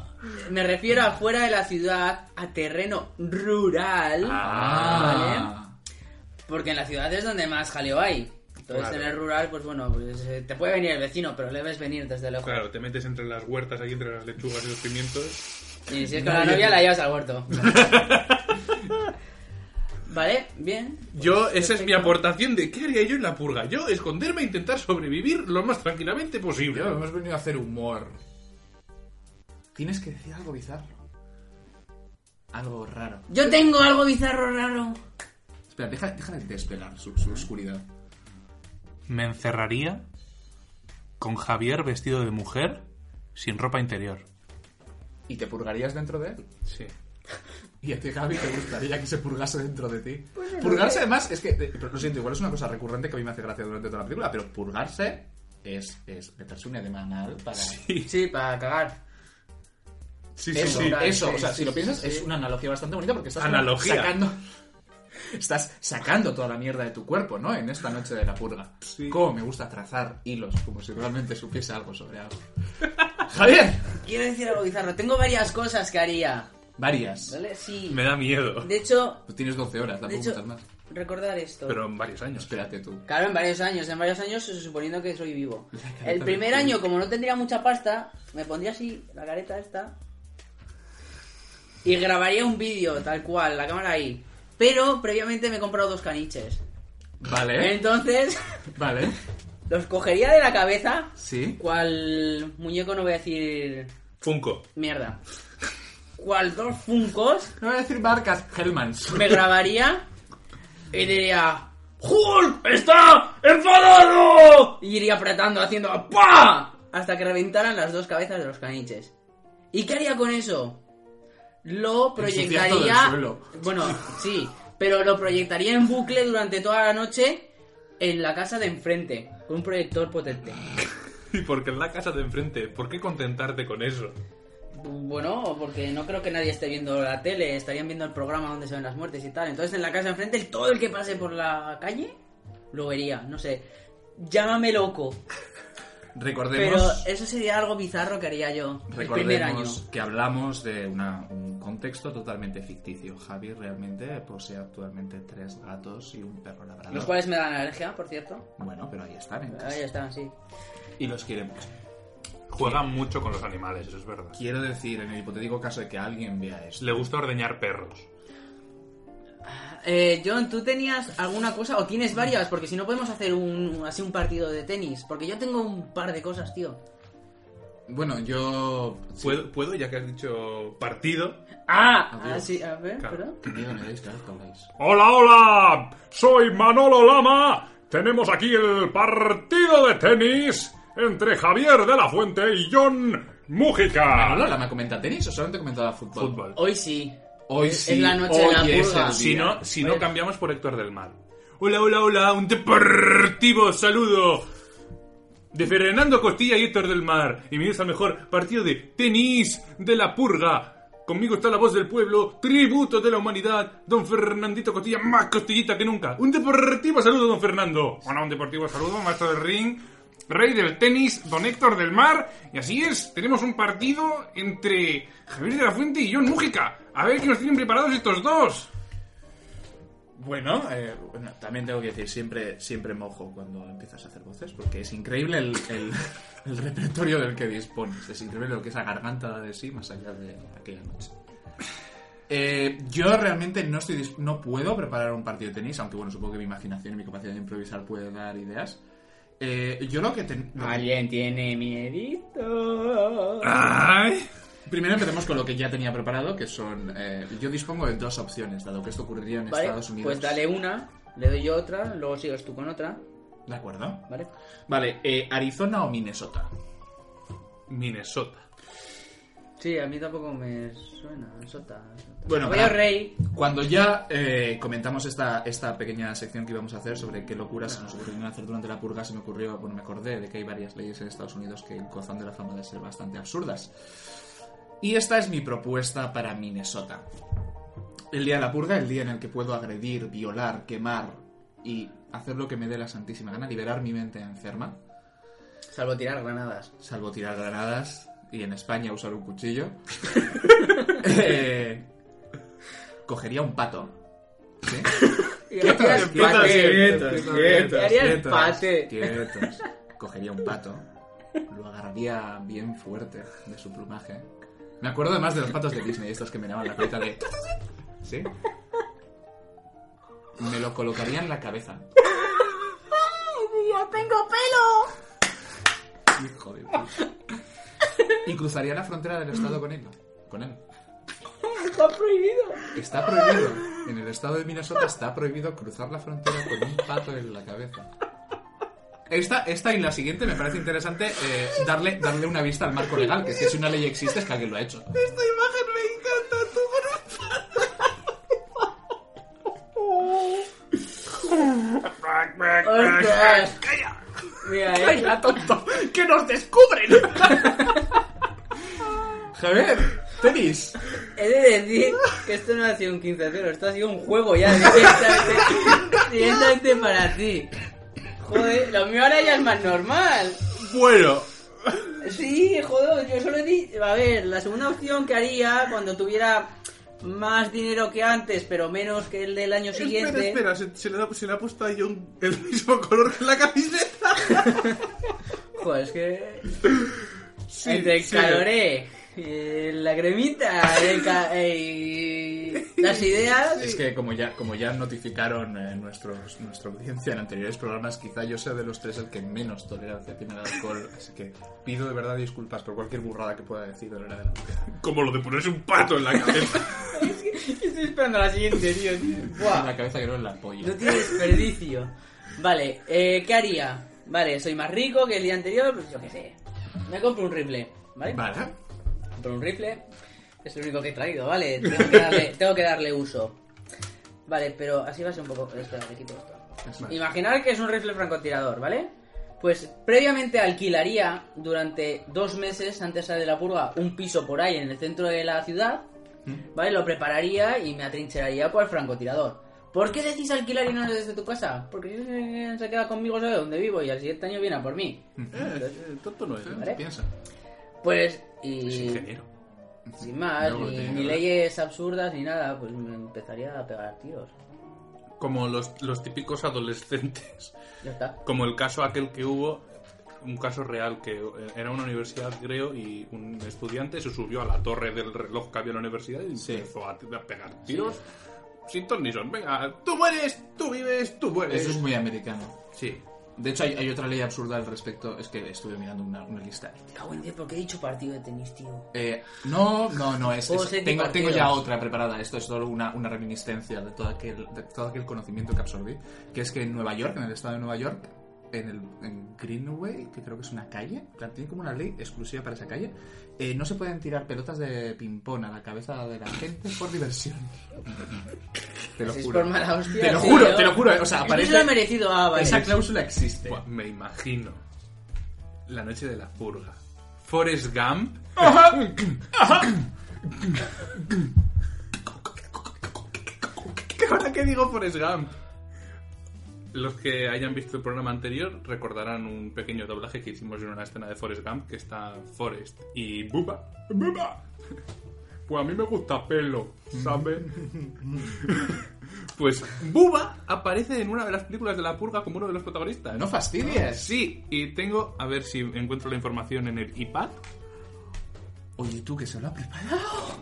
Speaker 4: Me refiero a fuera de la ciudad, a terreno rural.
Speaker 2: Ah,
Speaker 4: Porque en la ciudad es donde más jaleo hay. Entonces
Speaker 1: Claro.
Speaker 4: en el rural, pues bueno, pues, eh, te puede venir el vecino, pero le ves venir desde lejos.
Speaker 1: Claro, te metes entre las huertas aquí, entre las lechugas y los pimientos.
Speaker 4: Y si es con la novia, la llevas
Speaker 1: <laughs>
Speaker 4: al huerto. vale, bien.
Speaker 1: Yo,
Speaker 3: Pues,
Speaker 1: esa es mi
Speaker 4: perfecto.
Speaker 1: aportación de qué haría yo en la purga. Yo, esconderme e intentar sobrevivir lo más tranquilamente posible.
Speaker 2: Yo, hemos venido a hacer humor. Tienes que decir algo bizarro. Algo raro.
Speaker 4: Yo tengo algo bizarro raro.
Speaker 2: Espera, deja, deja de desvelar su, su oscuridad.
Speaker 3: Me encerraría con Javier vestido de mujer sin ropa interior.
Speaker 2: ¿Y te purgarías dentro de él?
Speaker 1: Sí.
Speaker 2: Y a ti, Javi, te gustaría que se purgase dentro de ti.
Speaker 4: Pues
Speaker 2: purgarse, además, es que, eh, pero lo siento, igual es una cosa recurrente que a mí me hace gracia durante toda la película, pero purgarse es, es meterse un edema anal para...
Speaker 4: Sí, para cagar.
Speaker 1: Sí,
Speaker 2: Eso,
Speaker 1: sí, sí.
Speaker 2: eso,
Speaker 4: Sí,
Speaker 2: o sea,
Speaker 4: sí,
Speaker 2: si lo
Speaker 4: sí,
Speaker 2: piensas,
Speaker 4: sí,
Speaker 2: es
Speaker 4: sí.
Speaker 2: una analogía bastante bonita porque estás como
Speaker 1: Analogía.
Speaker 2: sacando... <laughs> Estás sacando toda la mierda de tu cuerpo, ¿no? En esta noche de la purga.
Speaker 1: Sí.
Speaker 2: Cómo me gusta trazar hilos, como si realmente supiese algo sobre algo. <laughs> ¡Javier!
Speaker 4: Quiero decir algo bizarro. Tengo varias cosas que haría.
Speaker 2: Varias.
Speaker 4: ¿Vale? Sí.
Speaker 1: Me da miedo.
Speaker 4: De hecho,
Speaker 2: Tú tienes 12 horas,
Speaker 4: de
Speaker 2: tampoco
Speaker 4: hecho,
Speaker 2: muchas más.
Speaker 4: recordar esto.
Speaker 1: Pero en varios años.
Speaker 2: Espérate tú.
Speaker 4: Claro, en varios años, en varios años suponiendo que soy vivo.
Speaker 2: La careta
Speaker 4: El
Speaker 2: de
Speaker 4: primer
Speaker 2: Freddy.
Speaker 4: año, como no tendría mucha pasta, me pondría así, la careta esta, y grabaría un vídeo, tal cual, la cámara ahí. Pero previamente me he comprado dos caniches. Eh.
Speaker 2: Vale,
Speaker 4: Entonces, <laughs>
Speaker 2: vale.
Speaker 4: los cogería de la cabeza,
Speaker 2: Sí.
Speaker 4: cual muñeco no voy a decir
Speaker 1: Funko. <laughs>
Speaker 4: mierda, cual dos funcos,
Speaker 2: No voy a decir marcas, Hellmans.
Speaker 4: me grabaría y diría,
Speaker 1: ¡Hulk está enfadado!
Speaker 4: Y iría apretando, haciendo ¡PA! Hasta que reventaran las dos cabezas de los caniches. ¿Y qué haría con eso? Lo
Speaker 2: Ensuciar todo el
Speaker 4: proyectaría.
Speaker 2: suelo.
Speaker 4: Bueno, sí, pero lo proyectaría en bucle durante toda la noche en la casa de enfrente, con un proyector potente.
Speaker 1: ¿Y porque en la casa de enfrente? ¿Por qué contentarte con eso?
Speaker 4: Bueno, porque no creo que nadie esté viendo la tele, estarían viendo el programa donde se ven las muertes y tal. Entonces en la casa de enfrente, el- todo el que pase por la calle lo vería, no sé. Llámame loco. Pero
Speaker 2: Recordemos,
Speaker 4: eso sería algo bizarro que haría yo. El primer año.
Speaker 2: recordemos que hablamos de una- un contexto totalmente ficticio. Javi realmente posee actualmente tres gatos y un perro labrador.
Speaker 4: Los cuales me dan alergia, por cierto.
Speaker 2: Bueno, pero ahí están en casa.
Speaker 4: Ahí están, sí.
Speaker 2: Y los queremos.
Speaker 1: Juegan mucho con los animales, eso es verdad.
Speaker 2: Quiero decir, en el hipotético caso de que alguien vea esto.
Speaker 1: Le gusta ordeñar perros.
Speaker 4: Eh, John, ¿tú tenías alguna cosa? ¿O tienes varias? Porque si no podemos hacer un así un partido de tenis. Porque yo tengo un par de cosas, tío.
Speaker 2: Bueno, yo...
Speaker 1: ¿Puedo, ¿Puedo, ya que has dicho partido?
Speaker 4: ¡Ah!
Speaker 2: Adiós.
Speaker 4: ah, sí, a ver,
Speaker 1: Claro.
Speaker 4: perdón.
Speaker 2: Qué miedo me dais, cada vez que habláis.
Speaker 1: ¡Hola, hola! Soy Manolo Lama. Tenemos aquí el partido de tenis entre Javier de la Fuente y John
Speaker 2: Ah,
Speaker 1: Mújica.
Speaker 2: Lola, ¿me comenta tenis o solamente comentaba fútbol?
Speaker 1: Fútbol.
Speaker 4: Hoy sí.
Speaker 2: Hoy
Speaker 4: Es-
Speaker 2: sí,
Speaker 4: es la noche de la
Speaker 2: hoy es
Speaker 4: purga.
Speaker 2: el
Speaker 1: Si
Speaker 2: día.
Speaker 1: no, si no cambiamos por Héctor del Mar. Hola, hola, hola, un deportivo saludo de Fernando Costilla y Héctor del Mar. Y bienvenidos al mejor partido de tenis de la purga. Conmigo está la voz del pueblo, tributo de la humanidad, don Fernandito Costilla, más costillita que nunca. Un deportivo saludo, don Fernando. Bueno, un deportivo saludo, maestro del ring.
Speaker 6: rey del tenis, don Héctor del Mar. Y así es, tenemos un partido entre Javier de la Fuente y John Mújica. A ver qué nos tienen preparados estos dos.
Speaker 2: Bueno, eh, bueno, también tengo que decir, siempre, siempre mojo cuando empiezas a hacer voces, porque es increíble el, el- <laughs> el repertorio del que dispones. Es increíble lo que esa garganta da de sí más allá de aquella noche. Eh, yo realmente no, estoy, dis- no puedo preparar un partido de tenis, aunque bueno, supongo que mi imaginación y mi capacidad de improvisar puede dar ideas. Eh, yo lo que... ten- lo Ah, que-
Speaker 4: Alguien tiene miedito.
Speaker 6: Ay.
Speaker 2: Primero empecemos con lo que ya tenía preparado, que son... eh, yo dispongo de dos opciones, dado que esto ocurriría en
Speaker 4: Vale,
Speaker 2: Estados Unidos.
Speaker 4: pues dale una, le doy yo otra, luego sigues tú con otra,
Speaker 2: De acuerdo.
Speaker 4: ¿vale?
Speaker 2: Vale, eh, Arizona o Minnesota.
Speaker 1: Minnesota.
Speaker 4: Sí, a mí tampoco me suena, Sota. sota.
Speaker 2: Bueno,
Speaker 4: voy
Speaker 2: para-
Speaker 4: al rey.
Speaker 2: Cuando ya eh, comentamos esta, esta pequeña sección que íbamos a hacer sobre qué locuras se nos ocurrieron hacer durante la purga, se me ocurrió, bueno, me acordé de que hay varias leyes en Estados Unidos que gozan de la fama de ser bastante absurdas. Y esta es mi propuesta para Minnesota. El día de la purga, el día en el que puedo agredir, violar, quemar y hacer lo que me dé la santísima gana, liberar mi mente enferma,
Speaker 4: Salvo tirar
Speaker 2: <laughs>
Speaker 4: granadas.
Speaker 2: salvo tirar granadas y en España usar un <laughs> cuchillo. Eh, cogería un pato. ¿sí?
Speaker 4: Y harías
Speaker 2: quietos,
Speaker 4: pate.
Speaker 2: quietos,
Speaker 4: Y harías
Speaker 2: quietos,
Speaker 4: pate.
Speaker 2: Quietos. Cogería un pato, lo agarraría bien fuerte de su plumaje. Me acuerdo además de los patos de Disney, estos que miraban la cabeza de. ¿Sí? Me lo colocaría en la cabeza.
Speaker 4: ¡Yo tengo pelo!
Speaker 2: Hijo de puta. Y cruzaría la frontera del estado con él. Con él.
Speaker 4: ¡Está prohibido!
Speaker 2: Está prohibido. En el estado de Minnesota está prohibido cruzar la frontera con un pato en la cabeza. Esta, esta y la siguiente me parece interesante eh, darle, darle una vista al marco legal, que es que si una ley existe es que alguien lo ha hecho.
Speaker 4: ¡Ostras! Mira, eh.
Speaker 2: tonto! ¡Que nos descubren! Javier, tenis.
Speaker 4: He de decir que esto no ha sido un 15 0, esto ha sido un juego ya directamente, <laughs> directamente para ti. Joder, lo mío ahora ya es más normal.
Speaker 1: Bueno,
Speaker 4: Sí, joder, yo solo he dicho. A ver, la segunda opción que haría cuando tuviera más dinero que antes, pero menos que el del año siguiente.
Speaker 1: espera, espera, se, se le ha, se le ha puesto a John el mismo color que la camiseta.
Speaker 4: Joder, es pues que. Entre el caloré, eh, la cremita, el ca- <laughs> eh, las ideas.
Speaker 2: Es que como ya, como ya notificaron eh, nuestros, nuestra audiencia en anteriores programas, quizá yo sea de los tres el que menos tolerancia tiene al alcohol, así que pido de verdad disculpas por cualquier burrada que pueda decir de la hora de la purga.
Speaker 1: Como lo de ponerse un pato en la <laughs> cabeza.
Speaker 4: Estoy esperando la siguiente, tío. tío.
Speaker 2: En
Speaker 4: Buah.
Speaker 2: la cabeza que no en la polla.
Speaker 4: No tiene desperdicio. Vale, eh, ¿qué haría? Vale, soy más rico que el día anterior, pues yo qué sé. Me compro un rifle, ¿vale?
Speaker 2: Vale.
Speaker 4: Compro un rifle. Es lo único que he traído, ¿vale? Tengo que
Speaker 2: <laughs>
Speaker 4: darle, tengo que darle uso. Vale, pero así va a ser un poco... Espera, le quito
Speaker 2: Es
Speaker 4: esto.
Speaker 2: más.
Speaker 4: Imaginar que es un rifle francotirador, ¿vale? Pues previamente alquilaría durante dos meses antes de la purga un piso por ahí en el centro de la ciudad
Speaker 2: ¿Mm?
Speaker 4: ¿Vale? Lo prepararía y me atrincheraría cual francotirador. ¿Por qué decís alquilar y no desde tu casa? Porque eh, se queda conmigo, sabe dónde vivo y al siguiente año viene a por mí.
Speaker 2: ¿Mm?
Speaker 1: Eh, tonto no es.
Speaker 4: ¿Vale?
Speaker 2: Piensa.
Speaker 4: Pues, y.
Speaker 1: Ingeniero.
Speaker 4: Sin más,
Speaker 2: Luego ¿eh?
Speaker 4: ni,
Speaker 2: tiene
Speaker 4: ni
Speaker 2: que ver.
Speaker 4: leyes absurdas ni nada, pues me empezaría a pegar tiros.
Speaker 1: Como los, los típicos adolescentes. <laughs>
Speaker 4: Ya está.
Speaker 1: Como el caso aquel que hubo, un caso real que eh, era una universidad, creo, y un estudiante se subió a la torre del reloj que había en la universidad y empezó a, a pegar tiros. Sin ton ni son. Venga, tú mueres, tú vives, tú mueres.
Speaker 2: Eso es muy americano.
Speaker 1: Sí.
Speaker 2: De hecho, hay, hay otra ley absurda al respecto. Es que estuve mirando una, una lista.
Speaker 4: Me Cago en diez, ¿por qué he dicho partido de tenis, tío?
Speaker 2: Eh, no, no, no. Es,
Speaker 4: Juegos
Speaker 2: es-
Speaker 4: de
Speaker 2: tengo, tengo
Speaker 4: partidos.
Speaker 2: ya otra preparada. Esto es solo una, una reminiscencia de todo, aquel, de todo aquel conocimiento que absorbí. Que es que en Nueva York, en el estado de Nueva York, en, el, en Greenway, que creo que es una calle, en plan, tiene como una ley exclusiva para esa calle, eh, no se pueden tirar pelotas de ping-pong a la cabeza de la gente por
Speaker 4: <laughs>
Speaker 2: diversión. te lo
Speaker 4: Si es
Speaker 2: juro.
Speaker 4: por mala hostia,
Speaker 2: Te lo
Speaker 4: sí,
Speaker 2: juro,
Speaker 4: yo-
Speaker 2: te lo juro. eh, O sea,
Speaker 4: Esto
Speaker 2: aparece.
Speaker 4: se lo he merecido, ah, vale.
Speaker 2: Esa cláusula existe.
Speaker 1: Buah, me imagino. La noche de la purga. Forrest Gump. ¿Qué ahora que digo Forrest Gump? Los que hayan visto el programa anterior recordarán un pequeño doblaje que hicimos en una escena de Forrest Gump que está Forrest y Bubba. ¡Bubba! Pues a mí me gusta pelo, ¿sabes? pues Bubba aparece en una de las películas de La Purga como uno de los protagonistas.
Speaker 2: No fastidies.
Speaker 1: Sí, y tengo, a ver si encuentro la información en el iPad.
Speaker 2: Oye, tú que se lo ha preparado.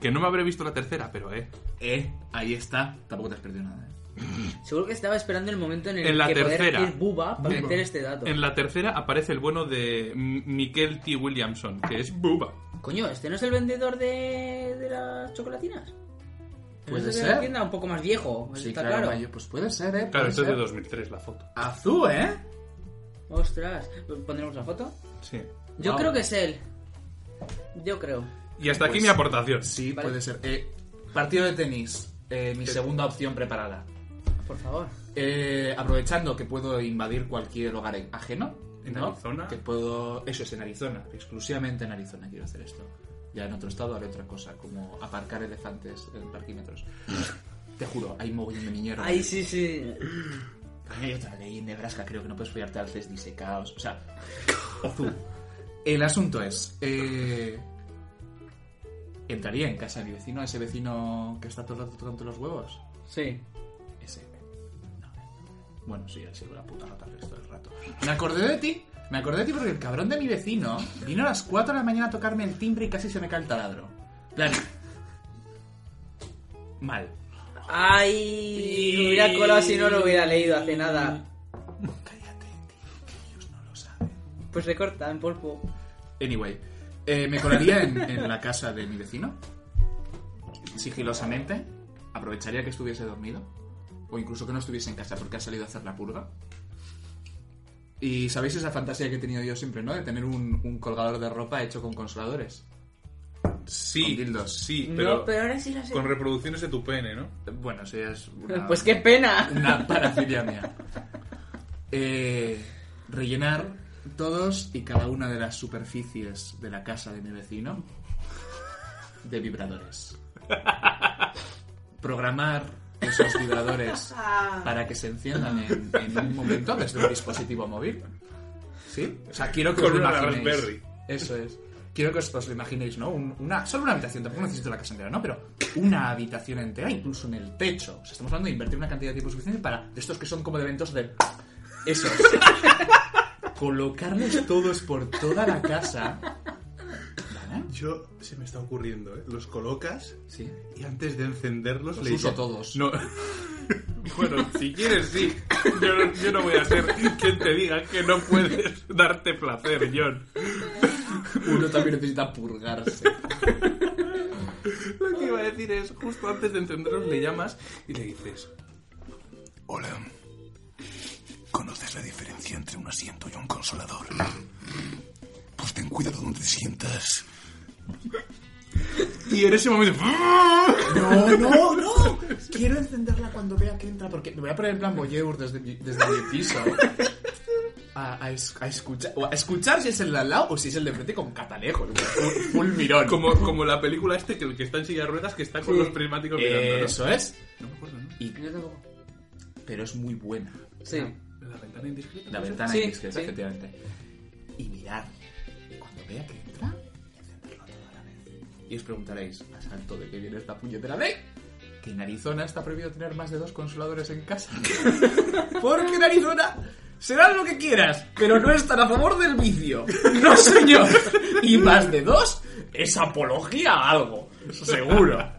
Speaker 1: Que no me habré visto la tercera, pero eh.
Speaker 2: Eh, ahí está. Tampoco te has perdido nada. ¿eh?
Speaker 4: Seguro que estaba esperando el momento en el
Speaker 1: En la
Speaker 4: que
Speaker 1: tercera.
Speaker 4: poder decir buba para
Speaker 2: Bubba.
Speaker 4: meter este dato.
Speaker 1: En la tercera aparece el bueno de M- Miquel T. Williamson, que es Bubba.
Speaker 4: Coño, ¿este no es el vendedor de, de las chocolatinas?
Speaker 2: Puede
Speaker 4: ¿No es el de
Speaker 2: ser.
Speaker 4: la tienda un poco más viejo,
Speaker 2: Sí,
Speaker 4: está
Speaker 2: claro,
Speaker 4: claro.
Speaker 2: Mayo, Pues puede ser, ¿eh?
Speaker 1: Claro,
Speaker 2: Puede
Speaker 1: esto es
Speaker 2: ser.
Speaker 1: de 2003 la foto.
Speaker 2: Azul, ¿eh?
Speaker 4: Ostras, ¿pondremos la foto?
Speaker 1: Sí.
Speaker 4: Yo
Speaker 2: Wow.
Speaker 4: creo que es él. Yo creo.
Speaker 1: Y hasta aquí
Speaker 2: Pues-
Speaker 1: mi aportación.
Speaker 2: Sí,
Speaker 4: Vale.
Speaker 2: puede ser. Eh, partido de tenis. Eh, mi segunda opción preparada.
Speaker 4: Por favor.
Speaker 2: Eh, aprovechando que puedo invadir cualquier hogar ajeno.
Speaker 1: ¿En
Speaker 2: ¿no?
Speaker 1: Arizona?
Speaker 2: Que puedo... Eso es en Arizona. Exclusivamente en Arizona quiero hacer esto. Ya en otro estado haré otra cosa, como aparcar elefantes en <laughs> parquímetros. Te juro, hay mogollón de niñeros.
Speaker 4: Ay, sí, sí.
Speaker 2: Hay otra ley en Nebraska, creo que no puedes follarte alces disecados. O <laughs> sea, Ozu. El asunto es. eh, entraría en casa de mi vecino, ese vecino que está todo el rato tocando los huevos.
Speaker 4: Sí.
Speaker 2: Ese. No. Bueno, sí, ha sido la puta rata el resto del rato. Me acordé de ti. Me acordé de ti porque el cabrón de mi vecino vino a las 4 de la mañana a tocarme el timbre y casi se me cae el taladro. En Plan. Mal.
Speaker 4: Ay, me hubiera colado si no lo hubiera leído hace nada.
Speaker 2: Cállate, tío, que ellos no lo saben.
Speaker 4: Pues recorta en polvo.
Speaker 2: Anyway, eh, me colaría en, en la casa de mi vecino, sigilosamente, aprovecharía que estuviese dormido, o incluso que no estuviese en casa porque ha salido a hacer la purga. Y sabéis esa fantasía que he tenido yo siempre, ¿no? De tener un, un colgador de ropa hecho con consoladores. Con
Speaker 1: Sí,
Speaker 2: dildos.
Speaker 1: sí,
Speaker 4: no,
Speaker 1: pero
Speaker 4: pero ahora sí la sé.
Speaker 1: con reproducciones de tu pene, ¿no?
Speaker 2: Bueno, eso ya es una,
Speaker 4: <laughs> Pues qué pena.
Speaker 2: una parafilia mía. Eh, rellenar todos y cada una de las superficies de la casa de mi vecino de vibradores. Programar esos vibradores para que se enciendan en, en un momento desde un dispositivo móvil. ¿Sí? O sea, quiero que os
Speaker 1: Con
Speaker 2: lo
Speaker 1: una
Speaker 2: imaginéis.
Speaker 1: Raspberry.
Speaker 2: Eso es. Quiero que os, os lo imaginéis, ¿no? Un- una, solo una habitación, tampoco necesito la casa entera, ¿no? Pero una habitación entera, incluso en el techo. O sea, estamos hablando de invertir una cantidad de tiempo suficiente para de estos que son como de eventos de... <laughs> Esos. Colocarlos todos por toda la casa. ¿Vale?
Speaker 1: Yo se me está ocurriendo, ¿eh? Los colocas
Speaker 2: Sí.
Speaker 1: y antes de encenderlos
Speaker 2: Los uso todos.
Speaker 1: No. <laughs> bueno, si quieres sí. Yo no, yo no voy a ser quien te diga que no puedes darte placer, John.
Speaker 2: Uno también necesita purgarse.
Speaker 1: Lo que iba a decir es, justo antes de encenderlos le llamas y le dices,
Speaker 7: Hola. ¿Conoces la diferencia entre un asiento y un consolador? Pues ten cuidado donde te sientas.
Speaker 1: Y en ese momento.
Speaker 2: No, no, no. Quiero encenderla cuando vea que entra. Porque me voy a poner en plan voyeur desde mi, desde mi piso. A, a es- a escuchar, o a escuchar si es el de al lado o si es el de frente con catalejo. Un, un mirón.
Speaker 1: Como, como la película este que el que está en silla de ruedas que está con los prismáticos mirando. ¿no?
Speaker 2: Eh, Eso es.
Speaker 1: No me acuerdo, ¿no?
Speaker 2: Y- pero es muy buena.
Speaker 4: Sí.
Speaker 1: La ventana indiscreta.
Speaker 2: La ventana
Speaker 4: Sí,
Speaker 2: indiscreta,
Speaker 4: sí.
Speaker 2: efectivamente. Y mirar. Cuando vea que entra, encenderlo todo a la vez. Y os preguntaréis, ¿a salto de qué viene esta puñetera ley? Que en Arizona está prohibido tener más de dos consoladores en casa. <laughs> Porque en Arizona será lo que quieras, pero no están a favor del vicio. No, señor. Y más de dos es apología a algo. Seguro.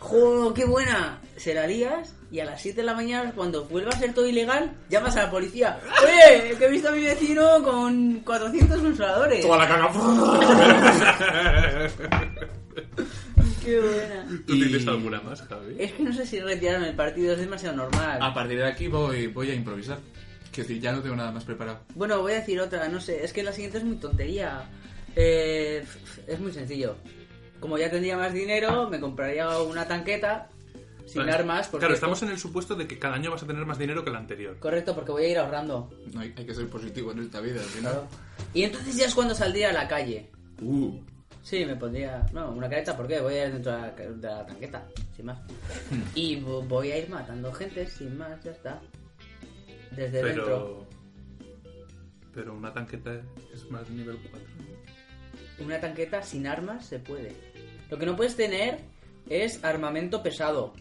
Speaker 4: ¡Jo, qué buena! Se la lías y a las 7 de la mañana, cuando vuelva a ser todo ilegal, llamas a la policía. ¡Oye! Que he visto a mi vecino con 400 consoladores.
Speaker 2: Toda la caga.
Speaker 4: ¡Qué buena!
Speaker 1: ¿Tú
Speaker 2: Y-
Speaker 1: tienes alguna más, Javi?
Speaker 4: Es que no sé si retiraron el partido, es demasiado normal.
Speaker 1: Ah,
Speaker 2: A partir de aquí voy, voy a improvisar. Quiero decir, ya no tengo nada más preparado.
Speaker 4: Bueno, voy a decir otra, no sé, es que la siguiente es muy tontería. Eh, f- f- es muy sencillo. Como ya tendría más dinero, me compraría una tanqueta sin
Speaker 1: Claro,
Speaker 4: armas. Porque
Speaker 1: Claro, estamos en el supuesto de que cada año vas a tener más dinero que el anterior.
Speaker 4: Correcto, porque voy a ir ahorrando.
Speaker 2: No, hay, hay que ser positivo en esta vida, al final.
Speaker 4: Y entonces ya es cuando saldría a la calle.
Speaker 2: Uh,
Speaker 4: Sí, me pondría. No, una careta, ¿por qué? Voy a ir dentro de la, de la tanqueta, sin más.
Speaker 1: Hmm.
Speaker 4: Y vo- voy a ir matando gente, sin más, ya está. Desde dentro.
Speaker 1: Pero. Pero una tanqueta es más nivel 4.
Speaker 4: Una tanqueta sin armas se puede. Lo que no puedes tener es armamento pesado,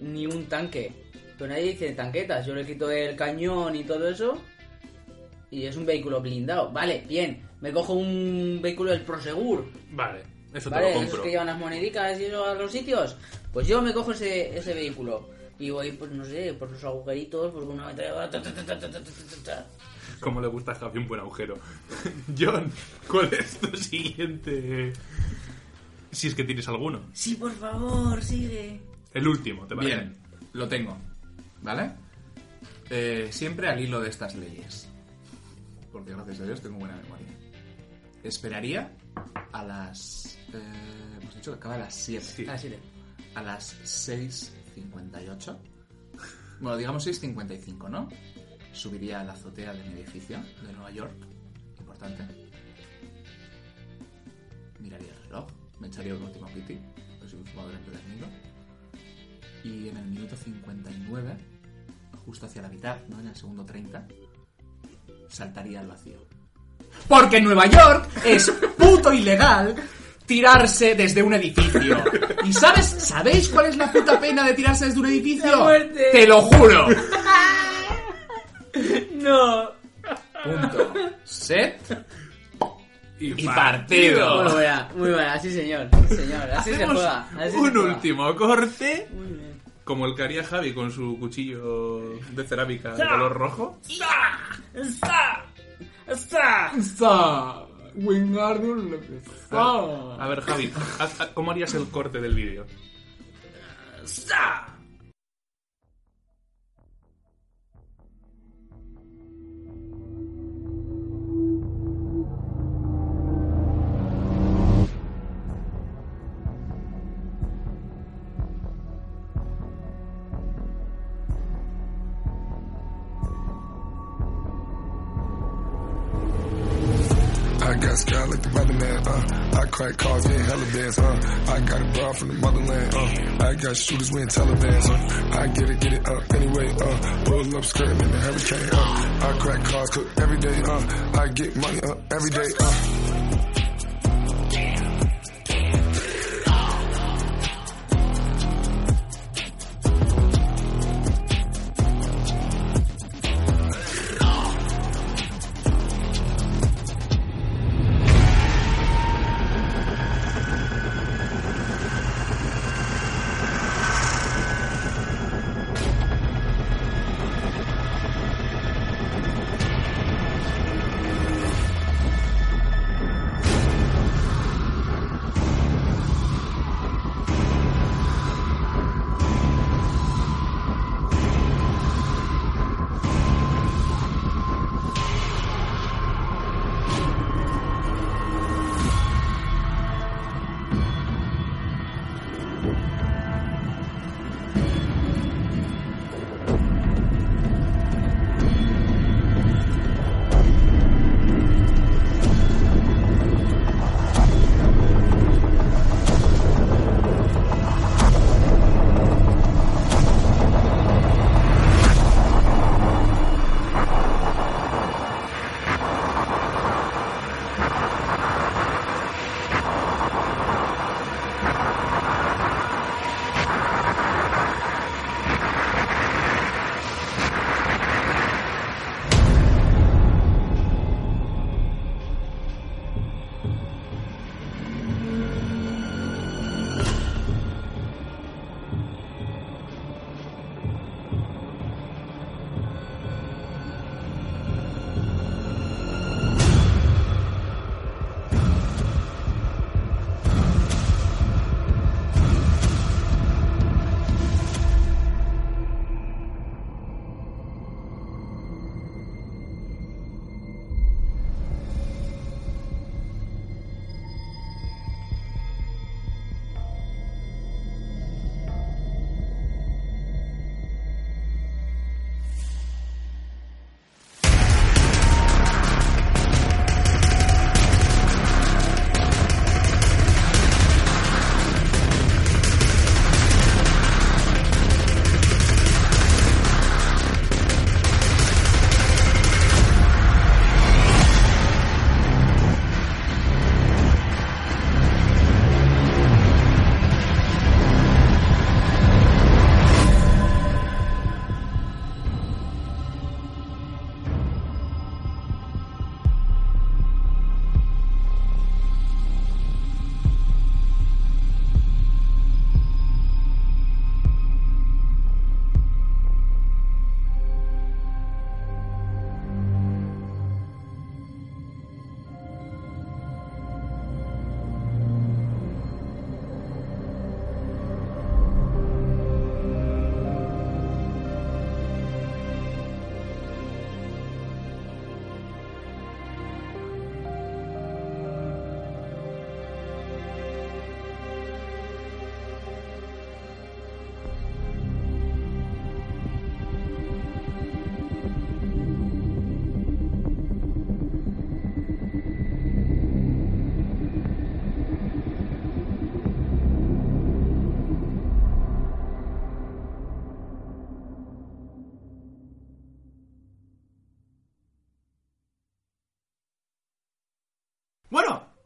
Speaker 4: ni un tanque. Pero nadie dice tanquetas, yo le quito el cañón y todo eso. Y es un vehículo blindado. Vale, bien. Me cojo un vehículo del Prosegur.
Speaker 1: Vale, eso te lo
Speaker 4: ¿Vale? Esos
Speaker 1: compro.
Speaker 4: que llevan las monedicas y eso a los sitios. Pues yo me cojo ese, ese vehículo. Y voy, pues no sé, por los agujeritos, por una metralla, ta, ta, ta, ta, ta, ta, ta, ta.
Speaker 1: Como le gusta a Javi un buen agujero. <laughs> John, ¿cuál es tu siguiente? Si es que tienes alguno.
Speaker 4: Sí, por favor, sigue.
Speaker 1: El último, ¿te parece?
Speaker 2: Bien, lo tengo. ¿Vale? Eh, siempre al hilo de estas leyes. Porque gracias a Dios tengo buena memoria. Esperaría a las. eh, hemos dicho que acaba a las 7.
Speaker 1: Sí.
Speaker 4: Ah, sí, le-
Speaker 2: A las 6.58. Bueno, digamos 6.55, ¿no? Subiría a la azotea de mi edificio de Nueva York. Importante. Miraría el reloj. Me echaría un último piti. Soy un fumador empedernido. Y en el minuto 59, justo hacia la mitad, ¿no? En el segundo 30, saltaría al vacío. Porque en Nueva York es puto ilegal tirarse desde un edificio. ¿Y sabes, sabéis cuál es la puta pena de tirarse desde un edificio?
Speaker 4: La muerte.
Speaker 2: Te lo juro.
Speaker 4: No.
Speaker 2: Punto. Set
Speaker 1: Y, par-
Speaker 2: y
Speaker 4: Muy
Speaker 2: partido.
Speaker 4: buena, muy buena, sí señor, sí, señor, así se
Speaker 1: Hacemos
Speaker 4: juega. así se
Speaker 1: un
Speaker 4: juega.
Speaker 1: último corte,
Speaker 4: Muy bien.
Speaker 1: como el que haría Javi con su cuchillo de cerámica de color rojo.
Speaker 2: Wingardium
Speaker 1: A ver, Javi, haz- haz- ¿cómo harías el corte del vídeo?
Speaker 8: I got sky like the weatherman, uh. I crack cars, get hella bands, uh. I got a broad from the motherland, uh. I got shooters, we in Taliban's, uh. I get it, get it, uh. Anyway, uh. Pull up, skirt, in the hurricane, uh. I crack cars, cook every day, uh. I get money, uh, every day, uh.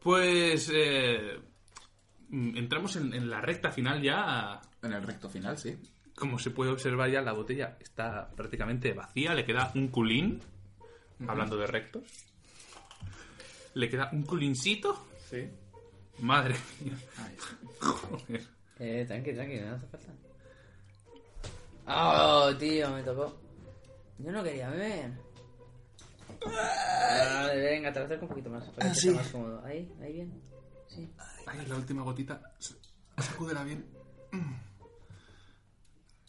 Speaker 1: Pues eh, mm, entramos en, en la recta final ya.
Speaker 2: En el recto final, sí.
Speaker 1: Como se puede observar ya, la botella está prácticamente vacía. Le queda un culín. Hablando de rectos. Le queda un culincito.
Speaker 2: Sí.
Speaker 1: Madre mía. Joder.
Speaker 4: Eh, tranqui, tranqui, no hace falta. Oh, tío, me tocó. Yo no quería beber. Vale, venga, te lo acerco un poquito más. Para que te sea más cómodo. Ahí, ahí bien. Sí.
Speaker 7: Ahí es la última gotita. S- Sacúdela bien.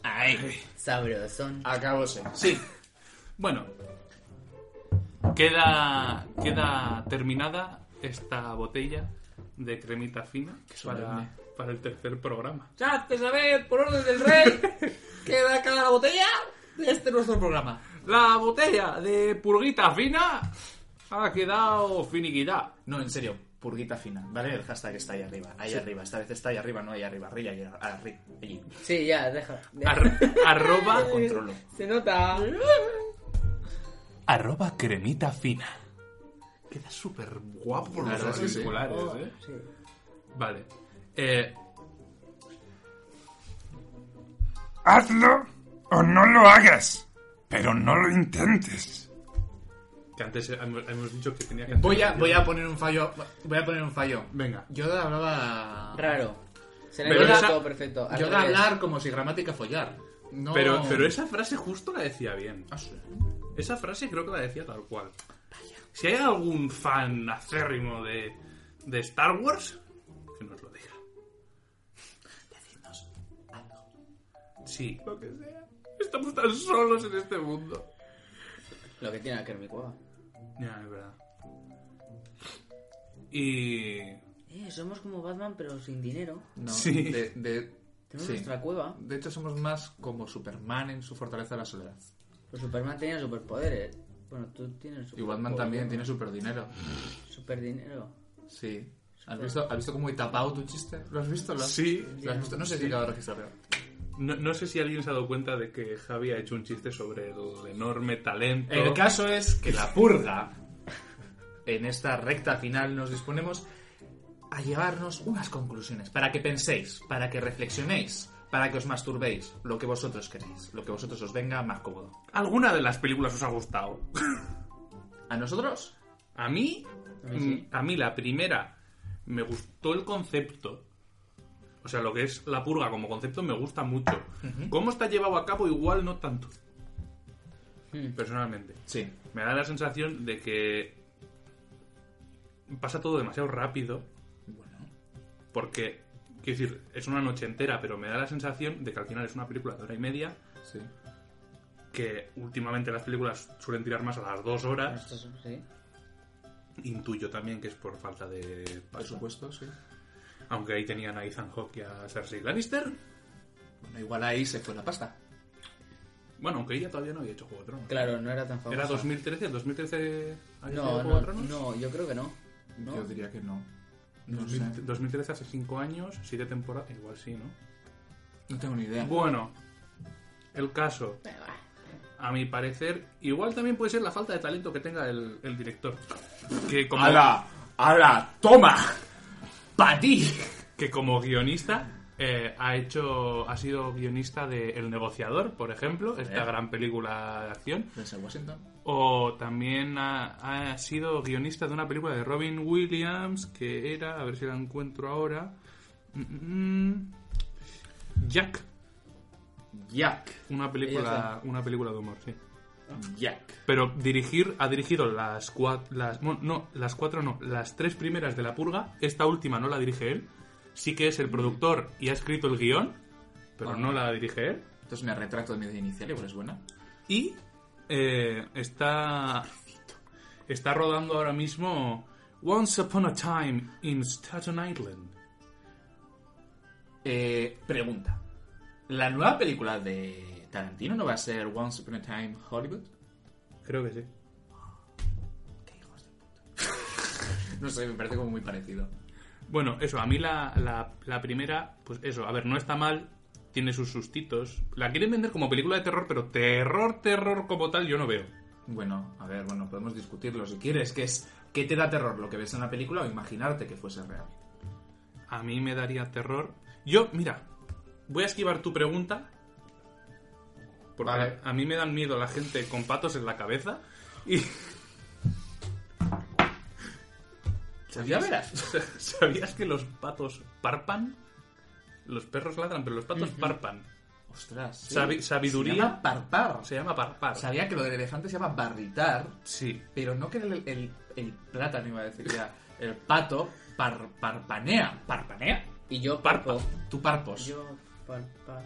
Speaker 2: Ay,
Speaker 4: Sabrosón.
Speaker 2: acabóse.
Speaker 1: Sí. Bueno. Queda, queda terminada esta botella de cremita fina para, para el tercer programa.
Speaker 4: Hazte saber, por orden del <laughs> rey, queda cada botella de este nuestro programa.
Speaker 1: La botella de purguita fina ha quedado finiquitada.
Speaker 2: No, en serio, purguita fina, ¿vale? El hashtag está ahí arriba, ahí arriba. Esta vez está ahí arriba, no ahí arriba, arriba, ahí arriba, allí.
Speaker 4: Sí, ya, deja. deja.
Speaker 1: Ar-
Speaker 4: <laughs>
Speaker 1: arroba,
Speaker 2: Controlo.
Speaker 4: Se nota.
Speaker 1: arroba cremita fina. Queda súper guapo los
Speaker 2: Claro, sí, sí.
Speaker 1: auriculares, ¿eh?
Speaker 4: Sí.
Speaker 1: Vale. Eh,
Speaker 7: Hazlo o no lo hagas, pero no lo intentes.
Speaker 1: que antes hemos, hemos dicho que tenía que
Speaker 2: Voy a,
Speaker 1: hacer-
Speaker 2: voy a poner un fallo, voy a poner un fallo.
Speaker 1: Venga.
Speaker 2: Yoda hablaba...
Speaker 4: Raro. Se le
Speaker 1: Pero
Speaker 4: nota
Speaker 1: esa-
Speaker 4: todo perfecto. Al
Speaker 2: Yoda
Speaker 4: revés.
Speaker 2: hablar como si gramática follar. No...
Speaker 1: Pero, pero esa frase justo la decía bien.
Speaker 2: Ah, sí.
Speaker 1: Esa frase creo que la decía tal cual. Si hay algún fan acérrimo de, de Star Wars, que nos lo diga. Decidnos algo. Sí. Lo que sea. Estamos tan solos en este mundo.
Speaker 4: Lo que tiene que ver mi cueva.
Speaker 1: Ya, es verdad. Y...
Speaker 4: Eh, somos como Batman, pero sin dinero.
Speaker 2: No,
Speaker 1: Sí.
Speaker 2: De, de-
Speaker 4: Tenemos
Speaker 2: sí.
Speaker 4: nuestra cueva.
Speaker 2: De hecho, somos más como Superman en su fortaleza de la soledad.
Speaker 4: Pero Superman tenía superpoderes. Bueno, tú tienes
Speaker 2: Y Batman también tiene superdinero.
Speaker 4: superdinero.
Speaker 2: Sí. ¿Has visto, ¿Has visto cómo he tapado tu chiste? ¿Lo has visto? ¿Lo has-
Speaker 1: Sí.
Speaker 2: ¿Lo has visto? No sé si acabo de registrarlo.
Speaker 1: No, no sé si alguien se ha dado cuenta de que Javi ha hecho un chiste sobre el enorme talento.
Speaker 2: El caso es que la purga, en esta recta final, nos disponemos a llevarnos unas conclusiones para que penséis, para que reflexionéis, para que os masturbéis, lo que vosotros queréis, lo que vosotros os venga más cómodo.
Speaker 1: ¿Alguna de las películas os ha gustado?
Speaker 2: ¿A nosotros?
Speaker 1: A mí,
Speaker 4: A mí sí.
Speaker 1: mm, a mí la primera me gustó el concepto. O sea, lo que es la purga como concepto me gusta mucho. ¿Cómo está llevado a cabo? Igual no tanto.
Speaker 4: Hmm.
Speaker 1: Personalmente.
Speaker 2: Sí.
Speaker 1: Me da la sensación de que pasa todo demasiado rápido. Porque, quiero decir, es una noche entera, pero me da la sensación de que al final es una película de hora y media.
Speaker 2: Sí.
Speaker 1: Que últimamente las películas suelen tirar más a las dos
Speaker 2: Ah,
Speaker 1: horas.
Speaker 4: Esto es- sí.
Speaker 1: Intuyo también que es por falta de
Speaker 2: Por
Speaker 1: presupuesto.
Speaker 2: supuesto, sí.
Speaker 1: Aunque ahí tenían a Ethan Hawke y a Cersei Lannister.
Speaker 2: Bueno, igual ahí se fue la pasta.
Speaker 1: Bueno, aunque ella todavía no había hecho Juego de Tronos.
Speaker 4: Claro, no era tan famoso.
Speaker 1: Era 2013, ¿el 2013 había sido
Speaker 4: No,
Speaker 1: Juego
Speaker 4: no,
Speaker 1: de Tronos?
Speaker 4: no, yo creo que no. ¿No?
Speaker 2: Yo diría que no. No
Speaker 1: 2000-
Speaker 2: sé.
Speaker 1: 2013 hace 5 años, 7 temporadas, igual sí, ¿no?
Speaker 2: No tengo ni idea.
Speaker 1: Bueno, el caso, a mi parecer, igual también puede ser la falta de talento que tenga el, el director. Que como,
Speaker 2: ¡Hala! ¡Hala! ¡Toma! ¡Pa ti!
Speaker 1: que como guionista eh, ha hecho ha sido guionista de El Negociador, por ejemplo, esta
Speaker 2: Eh.
Speaker 1: gran película de acción.
Speaker 2: Denzel Washington.
Speaker 1: O también ha, ha sido guionista de una película de Robin Williams que era, a ver si la encuentro ahora, mm, mm, Jack,
Speaker 2: Jack.
Speaker 1: una película, una película de humor, sí.
Speaker 2: Jack.
Speaker 1: Pero dirigir ha dirigido las cuatro, las, bueno, no, las cuatro no, las tres primeras de La Purga. Esta última no la dirige él, sí que es el productor y ha escrito el guión, pero
Speaker 2: Ah.
Speaker 1: no la dirige él.
Speaker 2: Entonces me retracto de mi idea inicial, igual es buena.
Speaker 1: Y eh, está. Está rodando ahora mismo Once Upon a Time in Staten Island.
Speaker 2: Eh, pregunta. ¿La nueva película de Tarantino no va a ser Once Upon a Time Hollywood? <laughs>
Speaker 1: Creo que sí.
Speaker 2: No sé, me parece como muy parecido.
Speaker 1: Bueno, eso, a mí la, la- la primera, pues eso, a ver, no está mal, tiene sus sustitos. La quieren vender como película de terror, pero terror, terror como tal yo no veo.
Speaker 2: Bueno, a ver, bueno, podemos discutirlo si quieres, que es qué te da terror, lo que ves en la película o imaginarte que fuese real.
Speaker 1: A mí me daría terror. Yo, mira, voy a esquivar tu pregunta. Porque
Speaker 2: Vale.
Speaker 1: a mí me dan miedo la gente con patos en la cabeza. Y
Speaker 2: Pues Ya verás.
Speaker 1: <laughs> ¿sabías que los patos parpan? Los perros ladran, pero los patos parpan.
Speaker 2: Ostras. sí.
Speaker 1: Sabi- sabiduría.
Speaker 2: Se llama parpar.
Speaker 1: Se llama parpar.
Speaker 2: Sabía que lo del elefante se llama barritar,
Speaker 1: Sí.
Speaker 2: pero no que el, el, el plátano iba a decir ya. El pato par- parpanea. ¿Parpanea?
Speaker 4: Y yo
Speaker 1: Parpa.
Speaker 4: parpo.
Speaker 2: Tú parpos.
Speaker 4: Yo parpa.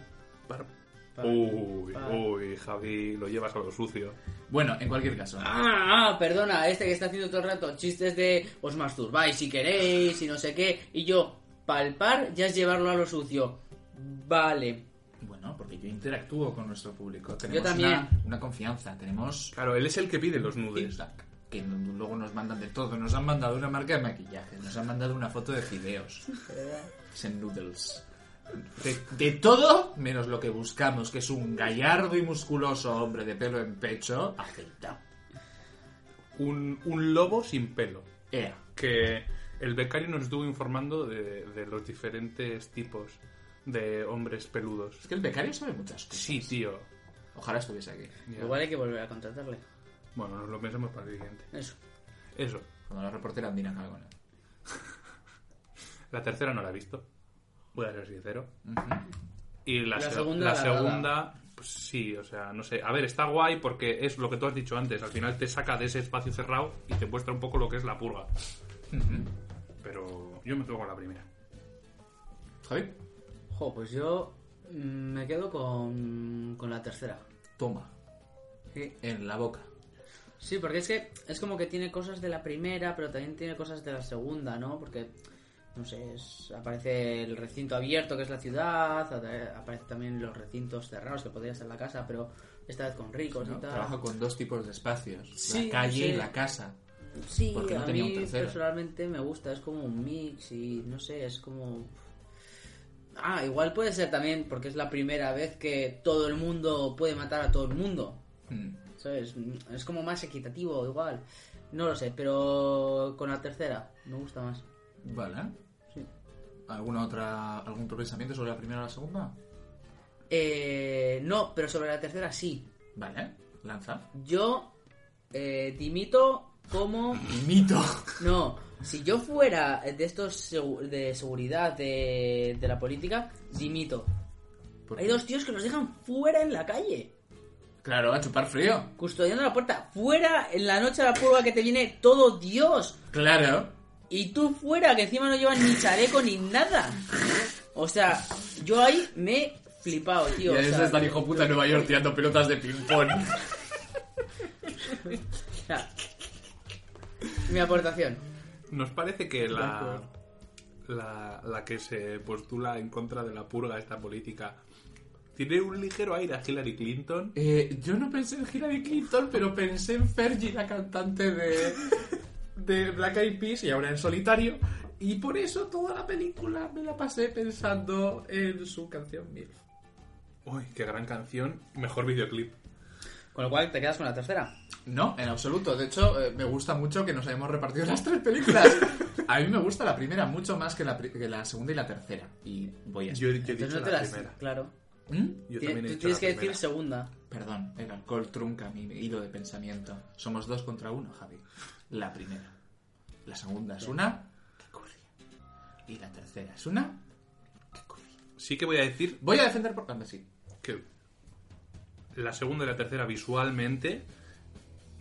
Speaker 1: Par-
Speaker 4: Par-
Speaker 2: Uh.
Speaker 1: Uy,
Speaker 4: par-
Speaker 1: uy, Javi, lo llevas a lo sucio.
Speaker 2: Bueno, en cualquier caso.
Speaker 4: Ah, ah, perdona, este que está haciendo todo el rato chistes de os masturbáis si queréis y no sé qué. Y yo, palpar ya es llevarlo a lo sucio. Vale.
Speaker 2: Bueno, porque yo interactúo con nuestro público. Tenemos
Speaker 4: también.
Speaker 2: Una, una confianza, tenemos
Speaker 1: Claro, él es el que pide los nudes.
Speaker 2: feedback. Que no- luego nos mandan de todo. Nos han mandado una marca de maquillaje, nos han mandado una foto de
Speaker 4: <laughs>
Speaker 2: fideos. en noodles. De, de todo menos lo que buscamos, que es un gallardo y musculoso hombre de pelo en pecho aceitado.
Speaker 1: Un, un lobo sin pelo.
Speaker 2: Ea.
Speaker 1: que el becario nos estuvo informando de, de los diferentes tipos de hombres peludos.
Speaker 2: Es que el becario sabe muchas cosas.
Speaker 1: Sí, tío.
Speaker 2: Ojalá estuviese aquí.
Speaker 1: Ya.
Speaker 4: Igual hay que volver a contratarle.
Speaker 1: Bueno, nos lo pensamos para el siguiente.
Speaker 4: Eso.
Speaker 1: Eso.
Speaker 2: Cuando la reportera Andina Calgona.
Speaker 1: La tercera no la he visto. Voy a ser sincero. Y la,
Speaker 4: La
Speaker 1: se-
Speaker 4: segunda
Speaker 1: la
Speaker 4: la dada.
Speaker 1: segunda, pues sí, o sea, no sé. A ver, está guay porque es lo que tú has dicho antes. Al final te saca de ese espacio cerrado y te muestra un poco lo que es la purga. Pero yo me quedo con la primera.
Speaker 2: Javi,
Speaker 4: Jo, pues yo mm, me quedo con, con la tercera.
Speaker 2: toma. En la boca.
Speaker 4: Sí, porque es que es como que tiene cosas de la primera, pero también tiene cosas de la segunda, ¿no? Porque, no sé, es- aparece el recinto abierto que es la ciudad, ata- aparece también los recintos cerrados que podría ser la casa, pero esta vez con ricos
Speaker 2: ¿no?
Speaker 4: y tal.
Speaker 2: Trabaja con dos tipos de espacios.
Speaker 4: Sí,
Speaker 2: la calle
Speaker 4: sí.
Speaker 2: y la casa.
Speaker 4: Sí,
Speaker 2: porque no
Speaker 4: a
Speaker 2: tenía un
Speaker 4: mí
Speaker 2: tercero.
Speaker 4: personalmente me gusta, es como un mix y no sé, es como... Ah, igual puede ser también porque es la primera vez que todo el mundo puede matar a todo el mundo.
Speaker 2: Mm.
Speaker 4: ¿Sabes? Es como más equitativo, igual. No lo sé, pero con la tercera me gusta más.
Speaker 2: Vale.
Speaker 4: Sí.
Speaker 2: ¿Alguna otra, ¿Algún otro pensamiento sobre la primera o la segunda?
Speaker 4: Eh, no, pero sobre la tercera sí.
Speaker 2: Vale. Lanza.
Speaker 4: Yo eh, dimito como...
Speaker 2: Mito.
Speaker 4: No, si yo fuera de estos segu- de seguridad de, de la política, dimito. Hay dos tíos que los dejan fuera en la calle,
Speaker 2: Claro, a chupar frío.
Speaker 4: custodiando la puerta. Fuera en la noche a la purga que te viene todo Dios.
Speaker 2: Claro.
Speaker 4: Y tú fuera, que encima no llevan ni chaleco ni nada. O sea, yo ahí me he flipado, tío.
Speaker 2: y
Speaker 4: o
Speaker 2: a veces
Speaker 4: sea,
Speaker 2: está el hijo puta en Nueva York tirando pelotas de ping-pong.
Speaker 4: o sea, mi aportación.
Speaker 1: Nos parece que la, la, la que se postula en contra de la purga, esta política, tiene un ligero aire a Hillary Clinton.
Speaker 2: <laughs> Eh, yo no pensé en Hillary Clinton, pero pensé en Fergie, la cantante de, de Black Eyed Peas y ahora en solitario. Y por eso toda la película me la pasé pensando en su canción Milf.
Speaker 1: Uy, qué gran canción. Mejor videoclip.
Speaker 4: Con lo cual te quedas con la tercera.
Speaker 2: No, en absoluto. De hecho, eh, me gusta mucho que nos hayamos repartido <laughs> las tres películas. A mí me gusta la primera mucho más que la, pri- que la segunda y la tercera. Y voy a...
Speaker 1: Yo, yo he
Speaker 4: Entonces
Speaker 1: dicho
Speaker 4: no te
Speaker 1: la
Speaker 4: las-
Speaker 1: primera.
Speaker 4: Claro.
Speaker 2: ¿Mm?
Speaker 1: Yo
Speaker 4: Ti-
Speaker 1: también he
Speaker 4: tú
Speaker 1: dicho
Speaker 4: tienes
Speaker 1: la
Speaker 4: que
Speaker 1: primera.
Speaker 4: decir segunda.
Speaker 2: Perdón, el alcohol trunca mi hilo de pensamiento. Somos dos contra uno, Javi. La primera. La segunda es una que corría. Y la tercera es una que corría.
Speaker 1: Sí que voy a decir
Speaker 2: Voy a defender por tanto, sí.
Speaker 1: que la segunda y la tercera visualmente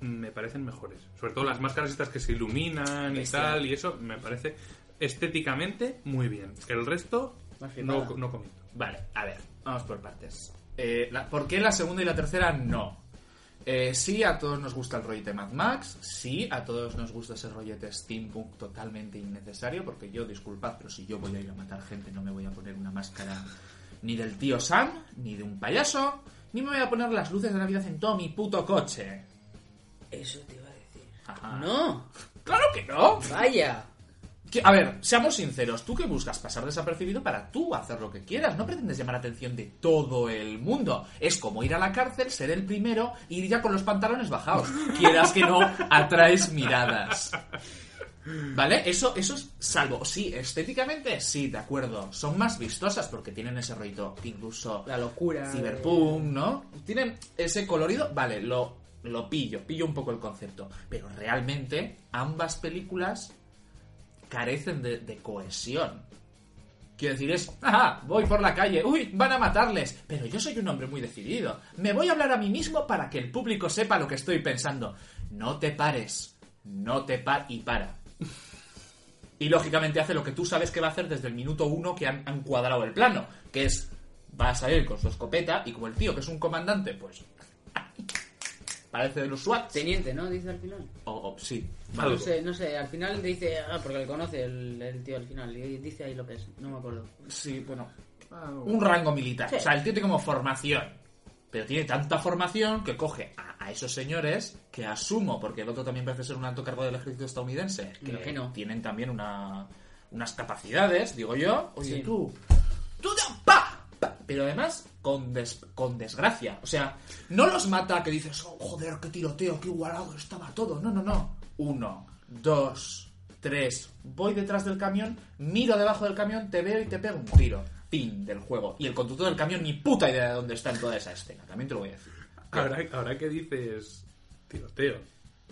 Speaker 1: me parecen mejores. Sobre todo las máscaras estas que se iluminan y
Speaker 4: Bestia.
Speaker 1: tal, y eso me parece estéticamente muy bien. El resto
Speaker 4: Más flipada.
Speaker 1: no, no comento.
Speaker 2: Vale, a ver, vamos por partes. Eh, la- ¿Por qué la segunda y la tercera no? Eh, sí, a todos nos gusta el rollete Mad Max. Sí, a todos nos gusta ese rollete steampunk totalmente innecesario. Porque yo, disculpad, pero si yo voy a ir a matar gente, no me voy a poner una máscara ni del tío Sam, ni de un payaso, ni me voy a poner las luces de Navidad en todo mi puto coche.
Speaker 4: Eso te iba a decir.
Speaker 1: Ah.
Speaker 2: Ajá.
Speaker 4: No,
Speaker 2: ¡Claro que no!
Speaker 4: vaya.
Speaker 2: Que- A ver, seamos sinceros, tú que buscas pasar desapercibido para tú hacer lo que quieras, no pretendes llamar la atención de todo el mundo. Es como ir a la cárcel, ser el primero, ir ya con los pantalones bajados. Quieras que no, atraes miradas. ¿Vale? Eso, eso es salvo. Sí, estéticamente, sí, de acuerdo. Son más vistosas porque tienen ese rollito que incluso
Speaker 4: La locura.
Speaker 2: Cyberpunk, ¿no? Tienen ese colorido, vale, lo, lo pillo, pillo un poco el concepto. Pero realmente ambas películas carecen de, de cohesión. Quiero decir, es, ajá, voy por la calle, uy, van a matarles, pero yo soy un hombre muy decidido. Me voy a hablar a mí mismo para que el público sepa lo que estoy pensando. No te pares, no te par y para. Y lógicamente hace lo que tú sabes que va a hacer desde el minuto uno que han, han cuadrado el plano, que es va a salir con su escopeta y como el tío que es un comandante, pues parece de los SWAT.
Speaker 4: Teniente, ¿no? Dice al final.
Speaker 2: O, o- sí,
Speaker 4: No
Speaker 2: vale.
Speaker 4: sé, no sé, al final dice. Ah, porque le conoce el, el tío al final. Y dice ahí lo que es, no me acuerdo.
Speaker 2: sí, Ah, bueno, un rango militar.
Speaker 4: Sí.
Speaker 2: O sea, el tío tiene como formación. Pero tiene tanta formación que coge a, a esos señores que asumo, porque el otro también parece ser un alto cargo del ejército estadounidense, que
Speaker 4: Imagino.
Speaker 2: tienen también una, unas capacidades, digo yo. Oye,
Speaker 4: Sí.
Speaker 2: tú, tú da- pa, pa. Pero además, con, des- con desgracia. O sea, no los mata que dices, "Oh, joder, qué tiroteo, qué igualado estaba todo. No, no, no. Uno, dos, tres. Voy detrás del camión, miro debajo del camión, te veo y te pego un tiro. Fin del juego. Y el conductor del camión ni puta idea de dónde está en toda esa escena. También te lo voy a decir.
Speaker 1: Ahora, ahora que dices tiroteo,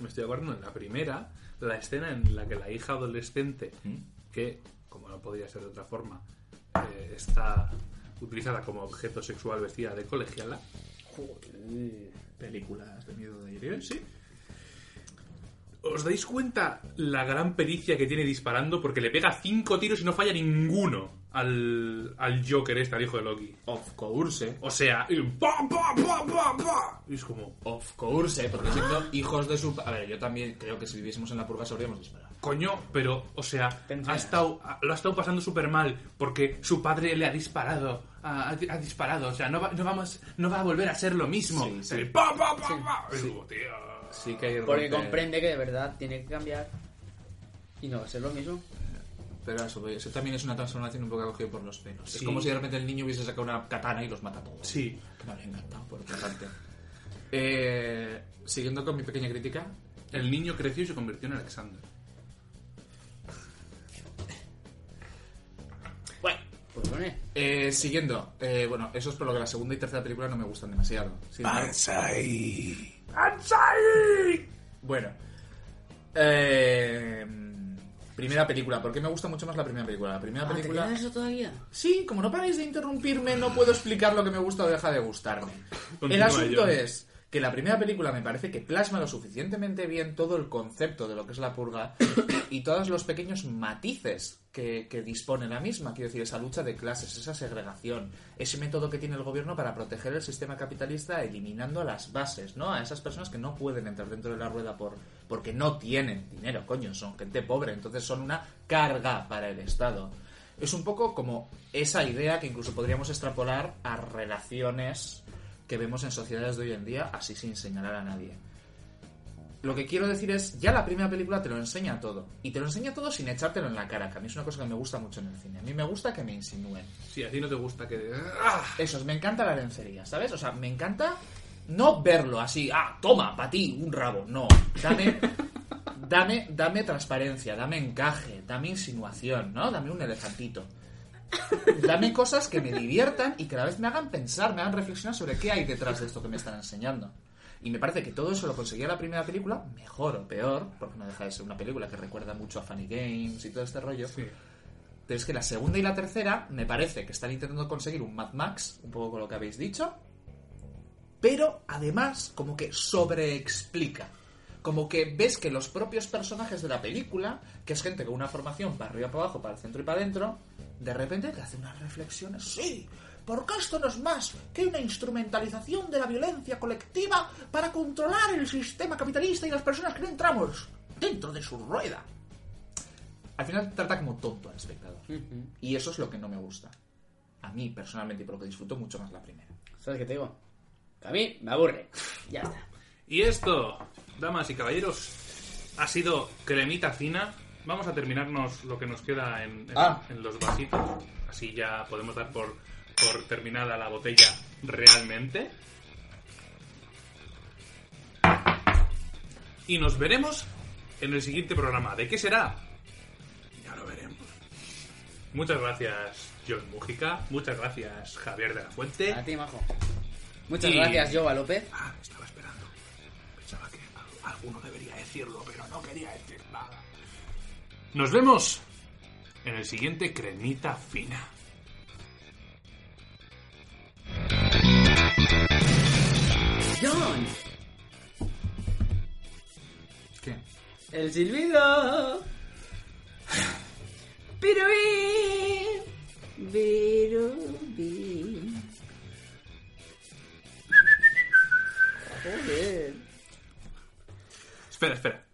Speaker 1: me estoy acordando en la primera, la escena en la que la hija adolescente,
Speaker 2: ¿Mm?
Speaker 1: que, como no podría ser de otra forma, eh, está utilizada como objeto sexual vestida de colegiala,
Speaker 2: Películas de miedo de ¿eh? Iriel, sí.
Speaker 1: ¿os dais cuenta la gran pericia que tiene disparando? Porque le pega cinco tiros y no falla ninguno al, al Joker este, al hijo de Loki.
Speaker 2: Of course. eh.
Speaker 1: O sea, y ¡pa, pa, pa, pa, pa! Y es como,
Speaker 2: Of course, eh, porque siendo hijos de su... A ver, yo también creo que si viviésemos en la purga sabríamos disparar.
Speaker 1: Coño, pero, o sea, ha
Speaker 4: entrenas.
Speaker 1: estado, ha- lo ha estado pasando súper mal porque su padre le ha disparado. Ha, ha- ha disparado, o sea, no va, no, vamos, no va a volver a ser lo mismo.
Speaker 2: Sí, sí.
Speaker 1: Y pa, pa, pa, pa. Es como, tío.
Speaker 2: Sí que hay
Speaker 4: Porque
Speaker 2: rompe-
Speaker 4: comprende que de verdad tiene que cambiar. Y no va a ser lo mismo.
Speaker 2: Pero eso, voy- eso también es una transformación un poco acogido por los pelos. Es
Speaker 1: Sí.
Speaker 2: como si de repente el niño hubiese sacado una katana y los mata a todos.
Speaker 1: Sí.
Speaker 2: Que me habría encantado, por otra parte. Eh, siguiendo con mi pequeña crítica,
Speaker 1: El niño creció y se convirtió en Alexander.
Speaker 4: Pues bueno, eh,
Speaker 2: eh, siguiendo, eh, bueno, eso es por lo que la segunda y tercera película no me gustan demasiado. Sin embargo-
Speaker 7: ¡Banzai!
Speaker 2: Bueno. Eh, primera película. ¿Por qué me gusta mucho más la primera película? La primera
Speaker 4: Ah, ¿te
Speaker 2: película...
Speaker 4: queda eso todavía?
Speaker 2: Sí, como no paráis de interrumpirme, no puedo explicar lo que me gusta o deja de gustarme. El
Speaker 1: Continúa,
Speaker 2: asunto
Speaker 1: John.
Speaker 2: es que la primera película me parece que plasma lo suficientemente bien todo el concepto de lo que es la purga <coughs> y todos los pequeños matices que, que dispone la misma. Quiero decir, esa lucha de clases, esa segregación, ese método que tiene el gobierno para proteger el sistema capitalista eliminando las bases, ¿no? A esas personas que no pueden entrar dentro de la rueda por porque no tienen dinero, coño, son gente pobre, entonces son una carga para el Estado es un poco como esa idea que incluso podríamos extrapolar a relaciones que vemos en sociedades de hoy en día, así sin señalar a nadie. Lo que quiero decir es, ya la primera película te lo enseña todo. Y te lo enseña todo sin echártelo en la cara, que a mí es una cosa que me gusta mucho en el cine. A mí me gusta que me insinúen.
Speaker 1: Si a ti no te gusta que. ¡Ah!
Speaker 2: Eso, es, me encanta la lencería, ¿sabes? O sea, me encanta no verlo así, ah, toma, para ti, un rabo. No, dame, dame, dame transparencia, dame encaje, dame insinuación, ¿no? Dame un elefantito. Dame cosas que me diviertan y que a la vez me hagan pensar, me hagan reflexionar sobre qué hay detrás de esto que me están enseñando. Y me parece que todo eso lo conseguía la primera película, mejor o peor, porque no deja de ser una película que recuerda mucho a Funny Games y todo este rollo. Pero es que la segunda y la tercera me parece que están intentando conseguir un Mad Max, un poco con lo que habéis dicho. Pero además, como que sobreexplica. Como que ves que los propios personajes de la película, que es gente con una formación para arriba, para abajo, para el centro y para adentro, de repente te hace unas reflexiones. Sí, porque esto no es más que una instrumentalización de la violencia colectiva para controlar el sistema capitalista y las personas que no entramos dentro de su rueda. Al final trata como tonto al espectador. Y eso es lo que no me gusta. A mí, personalmente, y por lo que disfruto mucho más la primera.
Speaker 4: ¿Sabes qué te digo? Que a mí me aburre. Ya está.
Speaker 1: Y esto, damas y caballeros, ha sido cremita fina Vamos a terminarnos lo que nos queda en, en-
Speaker 2: Ah.
Speaker 1: en los vasitos. Así ya podemos dar por, por terminada la botella realmente. Y nos veremos en el siguiente programa. ¿De qué será? Ya lo veremos. Muchas gracias, John Mujica. Muchas gracias, Javier de la Fuente.
Speaker 4: A ti, majo. Muchas
Speaker 1: Y-
Speaker 4: gracias, Jova López.
Speaker 7: Ah, estaba esperando. Pensaba que al- alguno debería decirlo, pero no quería decir nada.
Speaker 1: Nos vemos en el siguiente Cremita Fina.
Speaker 4: John,
Speaker 2: ¿Qué?
Speaker 4: el silbido. Piruí. Piruí. Joder.
Speaker 1: Espera, espera.